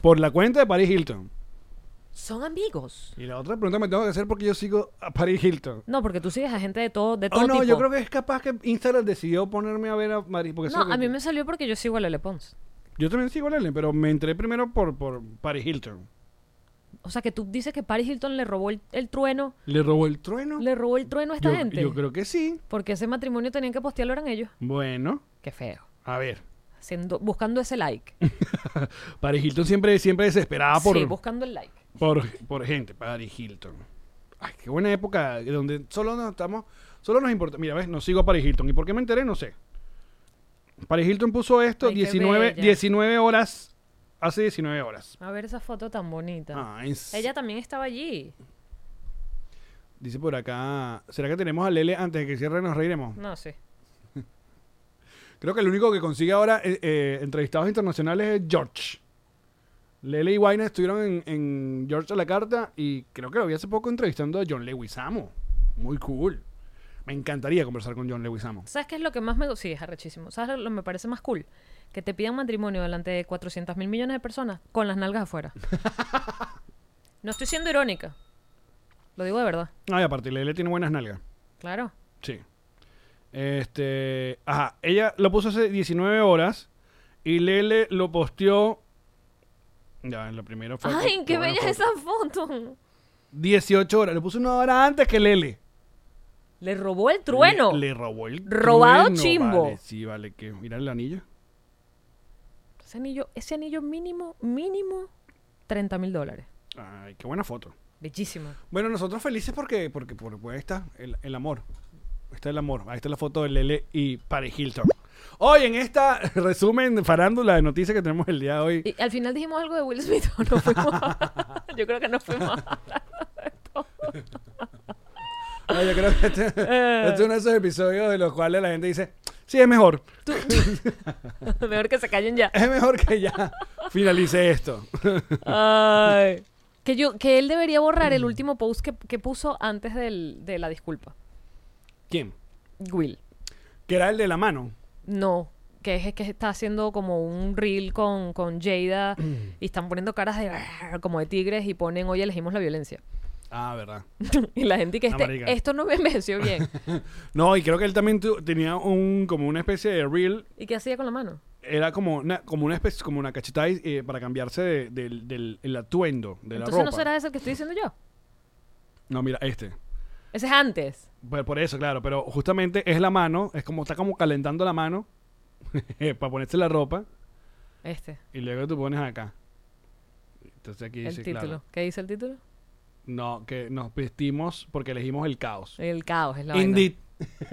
Speaker 3: por la cuenta de Paris Hilton.
Speaker 4: Son amigos.
Speaker 3: Y la otra pregunta me tengo que hacer porque yo sigo a Paris Hilton.
Speaker 4: No, porque tú sigues a gente de todo, de todo
Speaker 3: Oh, no,
Speaker 4: tipo.
Speaker 3: yo creo que es capaz que Instagram decidió ponerme a ver a Maris. Porque eso
Speaker 4: No,
Speaker 3: es lo
Speaker 4: a mí
Speaker 3: que-
Speaker 4: me salió porque yo sigo a Lele Pons.
Speaker 3: Yo también sigo a Lele, pero me enteré primero por, por Paris Hilton.
Speaker 4: O sea, que tú dices que Paris Hilton le robó el, el trueno,
Speaker 3: ¿Le robó el trueno?
Speaker 4: le robó el trueno a esta
Speaker 3: yo,
Speaker 4: gente.
Speaker 3: yo creo que sí.
Speaker 4: Porque ese matrimonio tenían que postearlo eran ellos.
Speaker 3: Bueno,
Speaker 4: Qué feo.
Speaker 3: a ver. [laughs]
Speaker 4: Haciendo, buscando ese like.
Speaker 3: Paris Hilton siempre, siempre desesperada Ah, por,
Speaker 4: Sí, buscando el like.
Speaker 3: por, por gente. Paris Hilton. Ay, qué buena época donde solo nos estamos. Solo nos importa. Mira, ves, no sigo a Paris Hilton. ¿Y por qué me enteré? No sé. Paris Hilton puso esto
Speaker 4: Ay, qué
Speaker 3: 19,
Speaker 4: bella.
Speaker 3: 19 horas. Hace 19 horas.
Speaker 4: A ver esa foto tan bonita.
Speaker 3: Ah, es-
Speaker 4: Ella también estaba allí.
Speaker 3: Dice por acá, ¿será que tenemos a Lele antes de que cierre nos reiremos?
Speaker 4: No sé.
Speaker 3: Creo que el único que consigue ahora eh, eh, entrevistados internacionales es George. Lele y Wayne estuvieron en, en George a la carta y creo que lo vi hace poco entrevistando a John Leguizamo. Muy cool. Me encantaría conversar con John Leguizamo.
Speaker 4: ¿Sabes qué es lo que más me gusta? Sí, es arrechísimo. ¿Sabes lo que me parece más cool? Que te pidan matrimonio delante de 400 mil millones de personas con las nalgas
Speaker 3: [laughs]
Speaker 4: afuera. no estoy siendo irónica. Lo digo de verdad.
Speaker 3: Ay, aparte, Lele tiene buenas nalgas.
Speaker 4: Claro.
Speaker 3: Sí. Este, ajá, ella lo puso hace 19 horas y Lele lo posteó ya, lo primero fue
Speaker 4: ¡Ay, qué
Speaker 3: buena
Speaker 4: bella
Speaker 3: foto.
Speaker 4: es esa foto!
Speaker 3: 18 horas. Le puso una hora antes que Lele.
Speaker 4: Le robó el trueno.
Speaker 3: Le, le robó el
Speaker 4: Robado
Speaker 3: trueno,
Speaker 4: chimbo.
Speaker 3: vale. sí, vale, que mira el anillo.
Speaker 4: Ese anillo, ese anillo mínimo, mínimo, 30 mil dólares.
Speaker 3: Ay, qué buena foto.
Speaker 4: Bellísima.
Speaker 3: Bueno, nosotros felices porque, porque, porque pues, ahí está el, el amor. Ahí está el amor. Ahí está la foto de Lele y Paris Hilton. Hoy en esta [laughs] resumen de farándula de noticias que tenemos el día de hoy.
Speaker 4: Y al final dijimos algo de Will Smith [laughs] o no fuimos.
Speaker 3: [laughs]
Speaker 4: Yo creo que no fuimos. [laughs]
Speaker 3: Ay, yo creo
Speaker 4: [laughs]
Speaker 3: que este,
Speaker 4: Eh.
Speaker 3: este es uno de esos episodios de los cuales la gente dice, sí, es mejor. [laughs]
Speaker 4: Tú- Mejor que se callen ya.
Speaker 3: Es mejor que ya finalice esto.
Speaker 4: Ay. [laughs] Que, yo, que él debería borrar el último post que, que puso antes del- de la disculpa.
Speaker 3: ¿Quién?
Speaker 4: Will.
Speaker 3: Que era el de la mano.
Speaker 4: No. Que es que está haciendo como un reel con, con Jada y están poniendo caras de como de tigres y ponen hoy elegimos la violencia. [laughs]
Speaker 3: Ah, verdad.
Speaker 4: y la gente que
Speaker 3: No,
Speaker 4: este-
Speaker 3: marica.
Speaker 4: esto no me envejeció
Speaker 3: [laughs]
Speaker 4: bien.
Speaker 3: No, y creo que él también tu- tenía un como una especie de reel,
Speaker 4: ¿Y qué hacía con la mano?
Speaker 3: era como una como una especie como una cachetada eh, para cambiarse de- del, del el atuendo de la
Speaker 4: Entonces
Speaker 3: ropa.
Speaker 4: no será ese el que estoy diciendo yo.
Speaker 3: No, mira, este.
Speaker 4: Ese es antes.
Speaker 3: Por, por eso, claro, pero justamente es la mano, es como está como calentando la mano [laughs] para ponerse la ropa
Speaker 4: Este.
Speaker 3: y luego tú pones acá. Entonces aquí
Speaker 4: el
Speaker 3: dice,
Speaker 4: título.
Speaker 3: claro,
Speaker 4: ¿Qué dice el título?
Speaker 3: no, que nos vestimos porque elegimos el caos.
Speaker 4: El caos es la vaina.
Speaker 3: Indeed.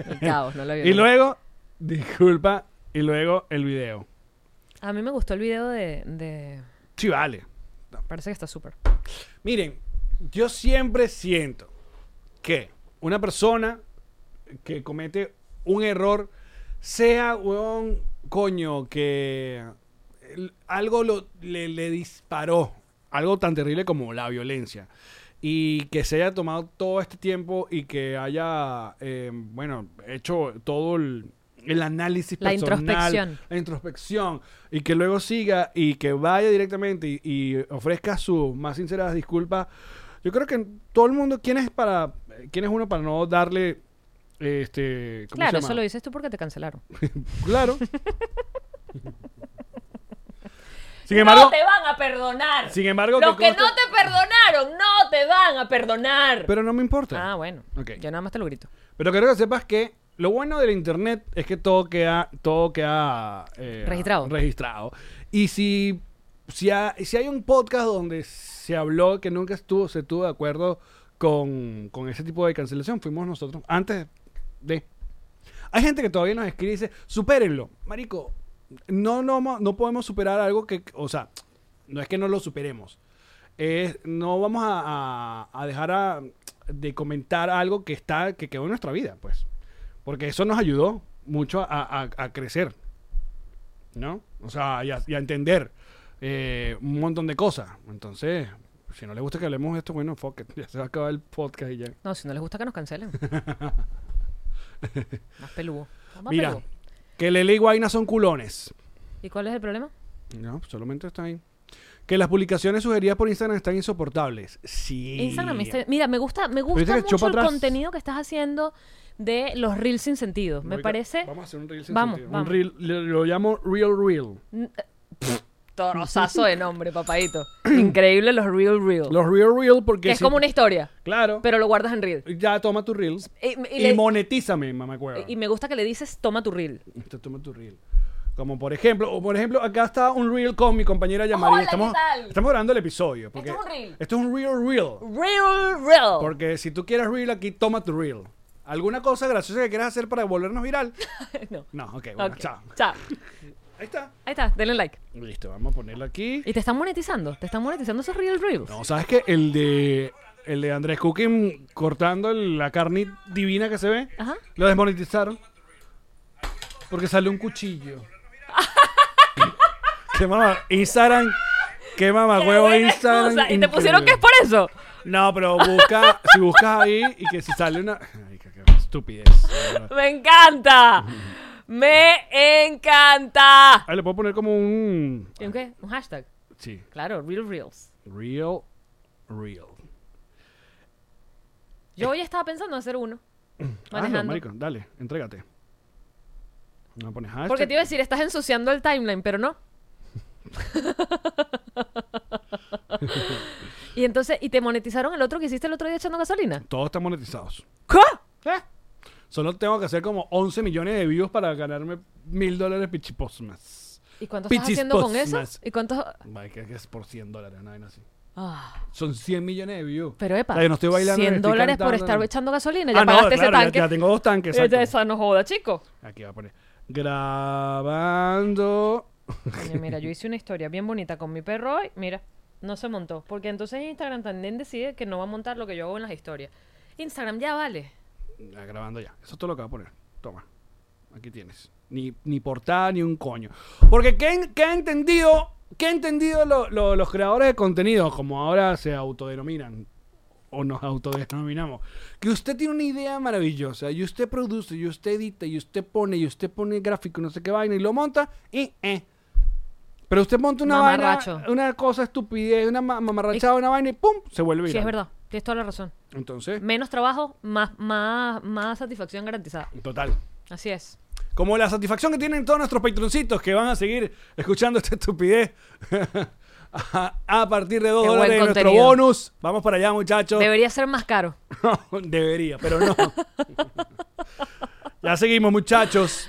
Speaker 4: El caos, no lo había
Speaker 3: [laughs] Y
Speaker 4: leído.
Speaker 3: luego, disculpa, y luego el video.
Speaker 4: A mí me gustó el video de... de-
Speaker 3: Sí, vale.
Speaker 4: Parece que está súper.
Speaker 3: Miren, yo siempre siento que una persona que comete un error, sea, weón, coño, que el- algo lo- le, le disparó, algo tan terrible como la violencia, y que se haya tomado todo este tiempo y que haya, eh, bueno, hecho todo el, el análisis
Speaker 4: La
Speaker 3: personal,
Speaker 4: introspección.
Speaker 3: la introspección, y que luego siga y que vaya directamente y, y ofrezca sus más sinceras disculpas. Yo creo que todo el mundo, ¿quién es para, quién es uno para no darle, este, ¿cómo se
Speaker 4: Claro,
Speaker 3: llama?
Speaker 4: eso lo dices tú porque te cancelaron. [laughs]
Speaker 3: Claro. sin embargo,
Speaker 4: van a perdonar.
Speaker 3: sin embargo, que conste-
Speaker 4: te perdonaron no te van a perdonar.
Speaker 3: pero no me importa.
Speaker 4: Ah, bueno.
Speaker 3: Ok.
Speaker 4: Yo nada más te lo grito.
Speaker 3: Pero quiero que sepas que lo bueno del internet es que todo queda, todo queda eh,
Speaker 4: Registrado.
Speaker 3: registrado. Y si, si, ha- si hay un podcast donde se habló que nunca estuvo, se estuvo de acuerdo con, con ese tipo de cancelación, fuimos nosotros antes de. Hay gente que todavía nos escribe y dice, supérenlo. Marico, no, no, mo- no podemos superar algo que, o sea, no es que no lo superemos. Es, no vamos a, a- a dejar a- de comentar algo que está, que quedó en nuestra vida, pues. Porque eso nos ayudó mucho a, a- a crecer, ¿no? O sea, y a, y a entender eh, un montón de cosas. Entonces, si no les gusta que hablemos de esto, bueno, fuck it, [laughs] ya se va a acabar el podcast y ya.
Speaker 4: No, si no les gusta que nos
Speaker 3: [laughs]
Speaker 4: cancelen. más peludo. Más
Speaker 3: Mira,
Speaker 4: peludo.
Speaker 3: que Lele y Guaina son culones.
Speaker 4: ¿Y cuál es el problema?
Speaker 3: No, solamente está ahí. Que las publicaciones sugeridas por Instagram están insoportables. Sí.
Speaker 4: Instagram este, está- Mira, me gusta, me
Speaker 3: Ahorita
Speaker 4: gusta
Speaker 3: que
Speaker 4: mucho
Speaker 3: chupa
Speaker 4: el
Speaker 3: atrás.
Speaker 4: contenido que estás haciendo de los reels sin sentido. Me
Speaker 3: Ahorita
Speaker 4: parece.
Speaker 3: Vamos a hacer un reel sin
Speaker 4: Vamos,
Speaker 3: sentido. Un
Speaker 4: vamos.
Speaker 3: reel- lo, lo llamo Real Real.
Speaker 4: Torosazo de nombre,
Speaker 3: [clears throat]
Speaker 4: papadito. Increíble los real real.
Speaker 3: Los Real Real porque...
Speaker 4: que es
Speaker 3: si-
Speaker 4: como una historia,
Speaker 3: Claro.
Speaker 4: pero lo guardas en reel.
Speaker 3: ya toma tu reel.
Speaker 4: Y, y
Speaker 3: Y,
Speaker 4: le-
Speaker 3: monetízame, mamá cueva.
Speaker 4: y me gusta que le dices, toma tu reel.
Speaker 3: Te toma tu reel. Como por ejemplo, o por ejemplo, acá está un reel con mi compañera Yamari.
Speaker 4: Hola,
Speaker 3: estamos,
Speaker 4: ¿qué tal?
Speaker 3: estamos grabando el episodio. Porque
Speaker 4: Esto es un reel.
Speaker 3: Esto es un real reel.
Speaker 4: Real real.
Speaker 3: Porque si tú quieres reel aquí, toma tu reel. ¿Alguna cosa graciosa que quieras hacer para volvernos viral?
Speaker 4: [laughs] no.
Speaker 3: No, ok, bueno,
Speaker 4: Ok.
Speaker 3: chao.
Speaker 4: Chao.
Speaker 3: Ahí está.
Speaker 4: Ahí está, denle like.
Speaker 3: Listo, vamos a ponerlo aquí.
Speaker 4: Y te están monetizando, te están monetizando esos real reels.
Speaker 3: No, ¿sabes qué? El de, el de Andrés Cooking cortando el- la carne divina que se ve,
Speaker 4: Ajá.
Speaker 3: lo desmonetizaron porque salió
Speaker 4: [laughs]
Speaker 3: un cuchillo. qué mamá, Instagram, qué mamá
Speaker 4: Qué
Speaker 3: huevo
Speaker 4: buena
Speaker 3: Instagram.
Speaker 4: excusa. Y te pusieron que es
Speaker 3: increíble.
Speaker 4: por eso.
Speaker 3: No, pero busca, si buscas ahí y que si sale una... Ay, qué, qué estupidez.
Speaker 4: Me encanta. Me encanta.
Speaker 3: Ahí le puedo poner como un...
Speaker 4: ¿Y un qué? Un hashtag.
Speaker 3: Sí,
Speaker 4: Claro, real reels.
Speaker 3: real, real.
Speaker 4: Yo hoy estaba pensando en hacer
Speaker 3: [clears throat]
Speaker 4: uno.
Speaker 3: Hazlo,
Speaker 4: Manejando.
Speaker 3: Ah, marico, dale, entrégate. No pones hashtag.
Speaker 4: Porque te iba a decir, estás ensuciando el timeline, pero
Speaker 3: [laughs]
Speaker 4: no. [laughs] y entonces, ¿y te monetizaron el otro que hiciste el otro día echando gasolina?
Speaker 3: Todos están monetizados.
Speaker 4: ¿Qué? ¿Eh?
Speaker 3: Solo tengo que hacer como 11 millones de views para ganarme mil dólares pichipos más.
Speaker 4: ¿Y cuánto estás
Speaker 3: Pichis
Speaker 4: haciendo con eso?
Speaker 3: posmas.
Speaker 4: ¿Y cuántos?
Speaker 3: Ay, que que es por 100 dólares, una vaina así.
Speaker 4: Ah,
Speaker 3: Son 100 millones de views.
Speaker 4: pero epa,
Speaker 3: O sea, yo no estoy bailando,
Speaker 4: 100
Speaker 3: no estoy
Speaker 4: dólares por
Speaker 3: cantando,
Speaker 4: estar
Speaker 3: no.
Speaker 4: echando gasolina. Ya
Speaker 3: Ah, no,
Speaker 4: pagaste ese
Speaker 3: claro, ya-
Speaker 4: tanque.
Speaker 3: Ya, tengo dos tanques. exacto.
Speaker 4: Eh, Esa no joda,
Speaker 3: [laughs]
Speaker 4: chico.
Speaker 3: Aquí va a poner. Grabando.
Speaker 4: Coño, mira, yo hice una historia bien bonita con mi perro hoy. Mira, no se montó. Porque entonces Instagram también decide que no va a montar lo que yo hago en las historias. Instagram ya vale.
Speaker 3: Ya, grabando ya. Eso es todo lo que va a poner. Toma. Aquí tienes. Ni, ni portada ni un coño. Porque ¿qué, han- qué han entendido? ¿Qué han entendido lo- lo- los creadores de contenido? Como ahora se autodenominan. O nos autodenominamos. Que usted tiene una idea maravillosa. Y usted produce, y usted edita, y usted pone, y usted pone gráfico, no sé qué vaina, y lo monta, y eh. Pero usted monta una vaina,
Speaker 4: Mamarracho.
Speaker 3: una cosa estupidez, una ma- mamarrachada, una vaina, y pum, se vuelve viral.
Speaker 4: Sí, es verdad. Tienes toda la razón.
Speaker 3: Entonces,
Speaker 4: Menos trabajo, más, más, más satisfacción garantizada.
Speaker 3: total.
Speaker 4: Así es.
Speaker 3: Como la satisfacción que tienen todos nuestros patroncitos que van a seguir escuchando esta estupidez [laughs] a, a partir de 2
Speaker 4: Qué buen
Speaker 3: dólares de nuestro
Speaker 4: contenido.
Speaker 3: bonus. Vamos para allá, muchachos.
Speaker 4: Debería ser más caro.
Speaker 3: Debería, pero [laughs] no. ya seguimos, muchachos.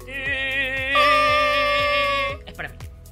Speaker 4: ti. Es para mí.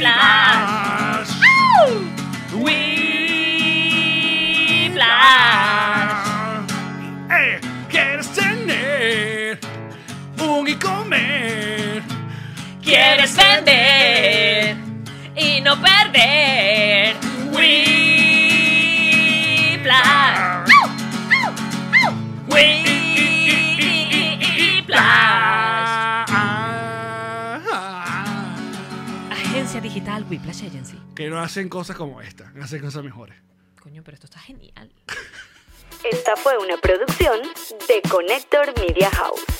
Speaker 3: más.
Speaker 4: Whiplash.
Speaker 3: Eh, Quieres tener un y comer.
Speaker 4: Quieres vender y no perder. Whiplash. Whiplash.
Speaker 3: Ah,
Speaker 4: Agencia digital Whiplash Agency.
Speaker 3: Que no hacen cosas como esta, hacen cosas mejores.
Speaker 4: Coño, pero esto está genial.
Speaker 1: Esta fue una producción de Connector Media House.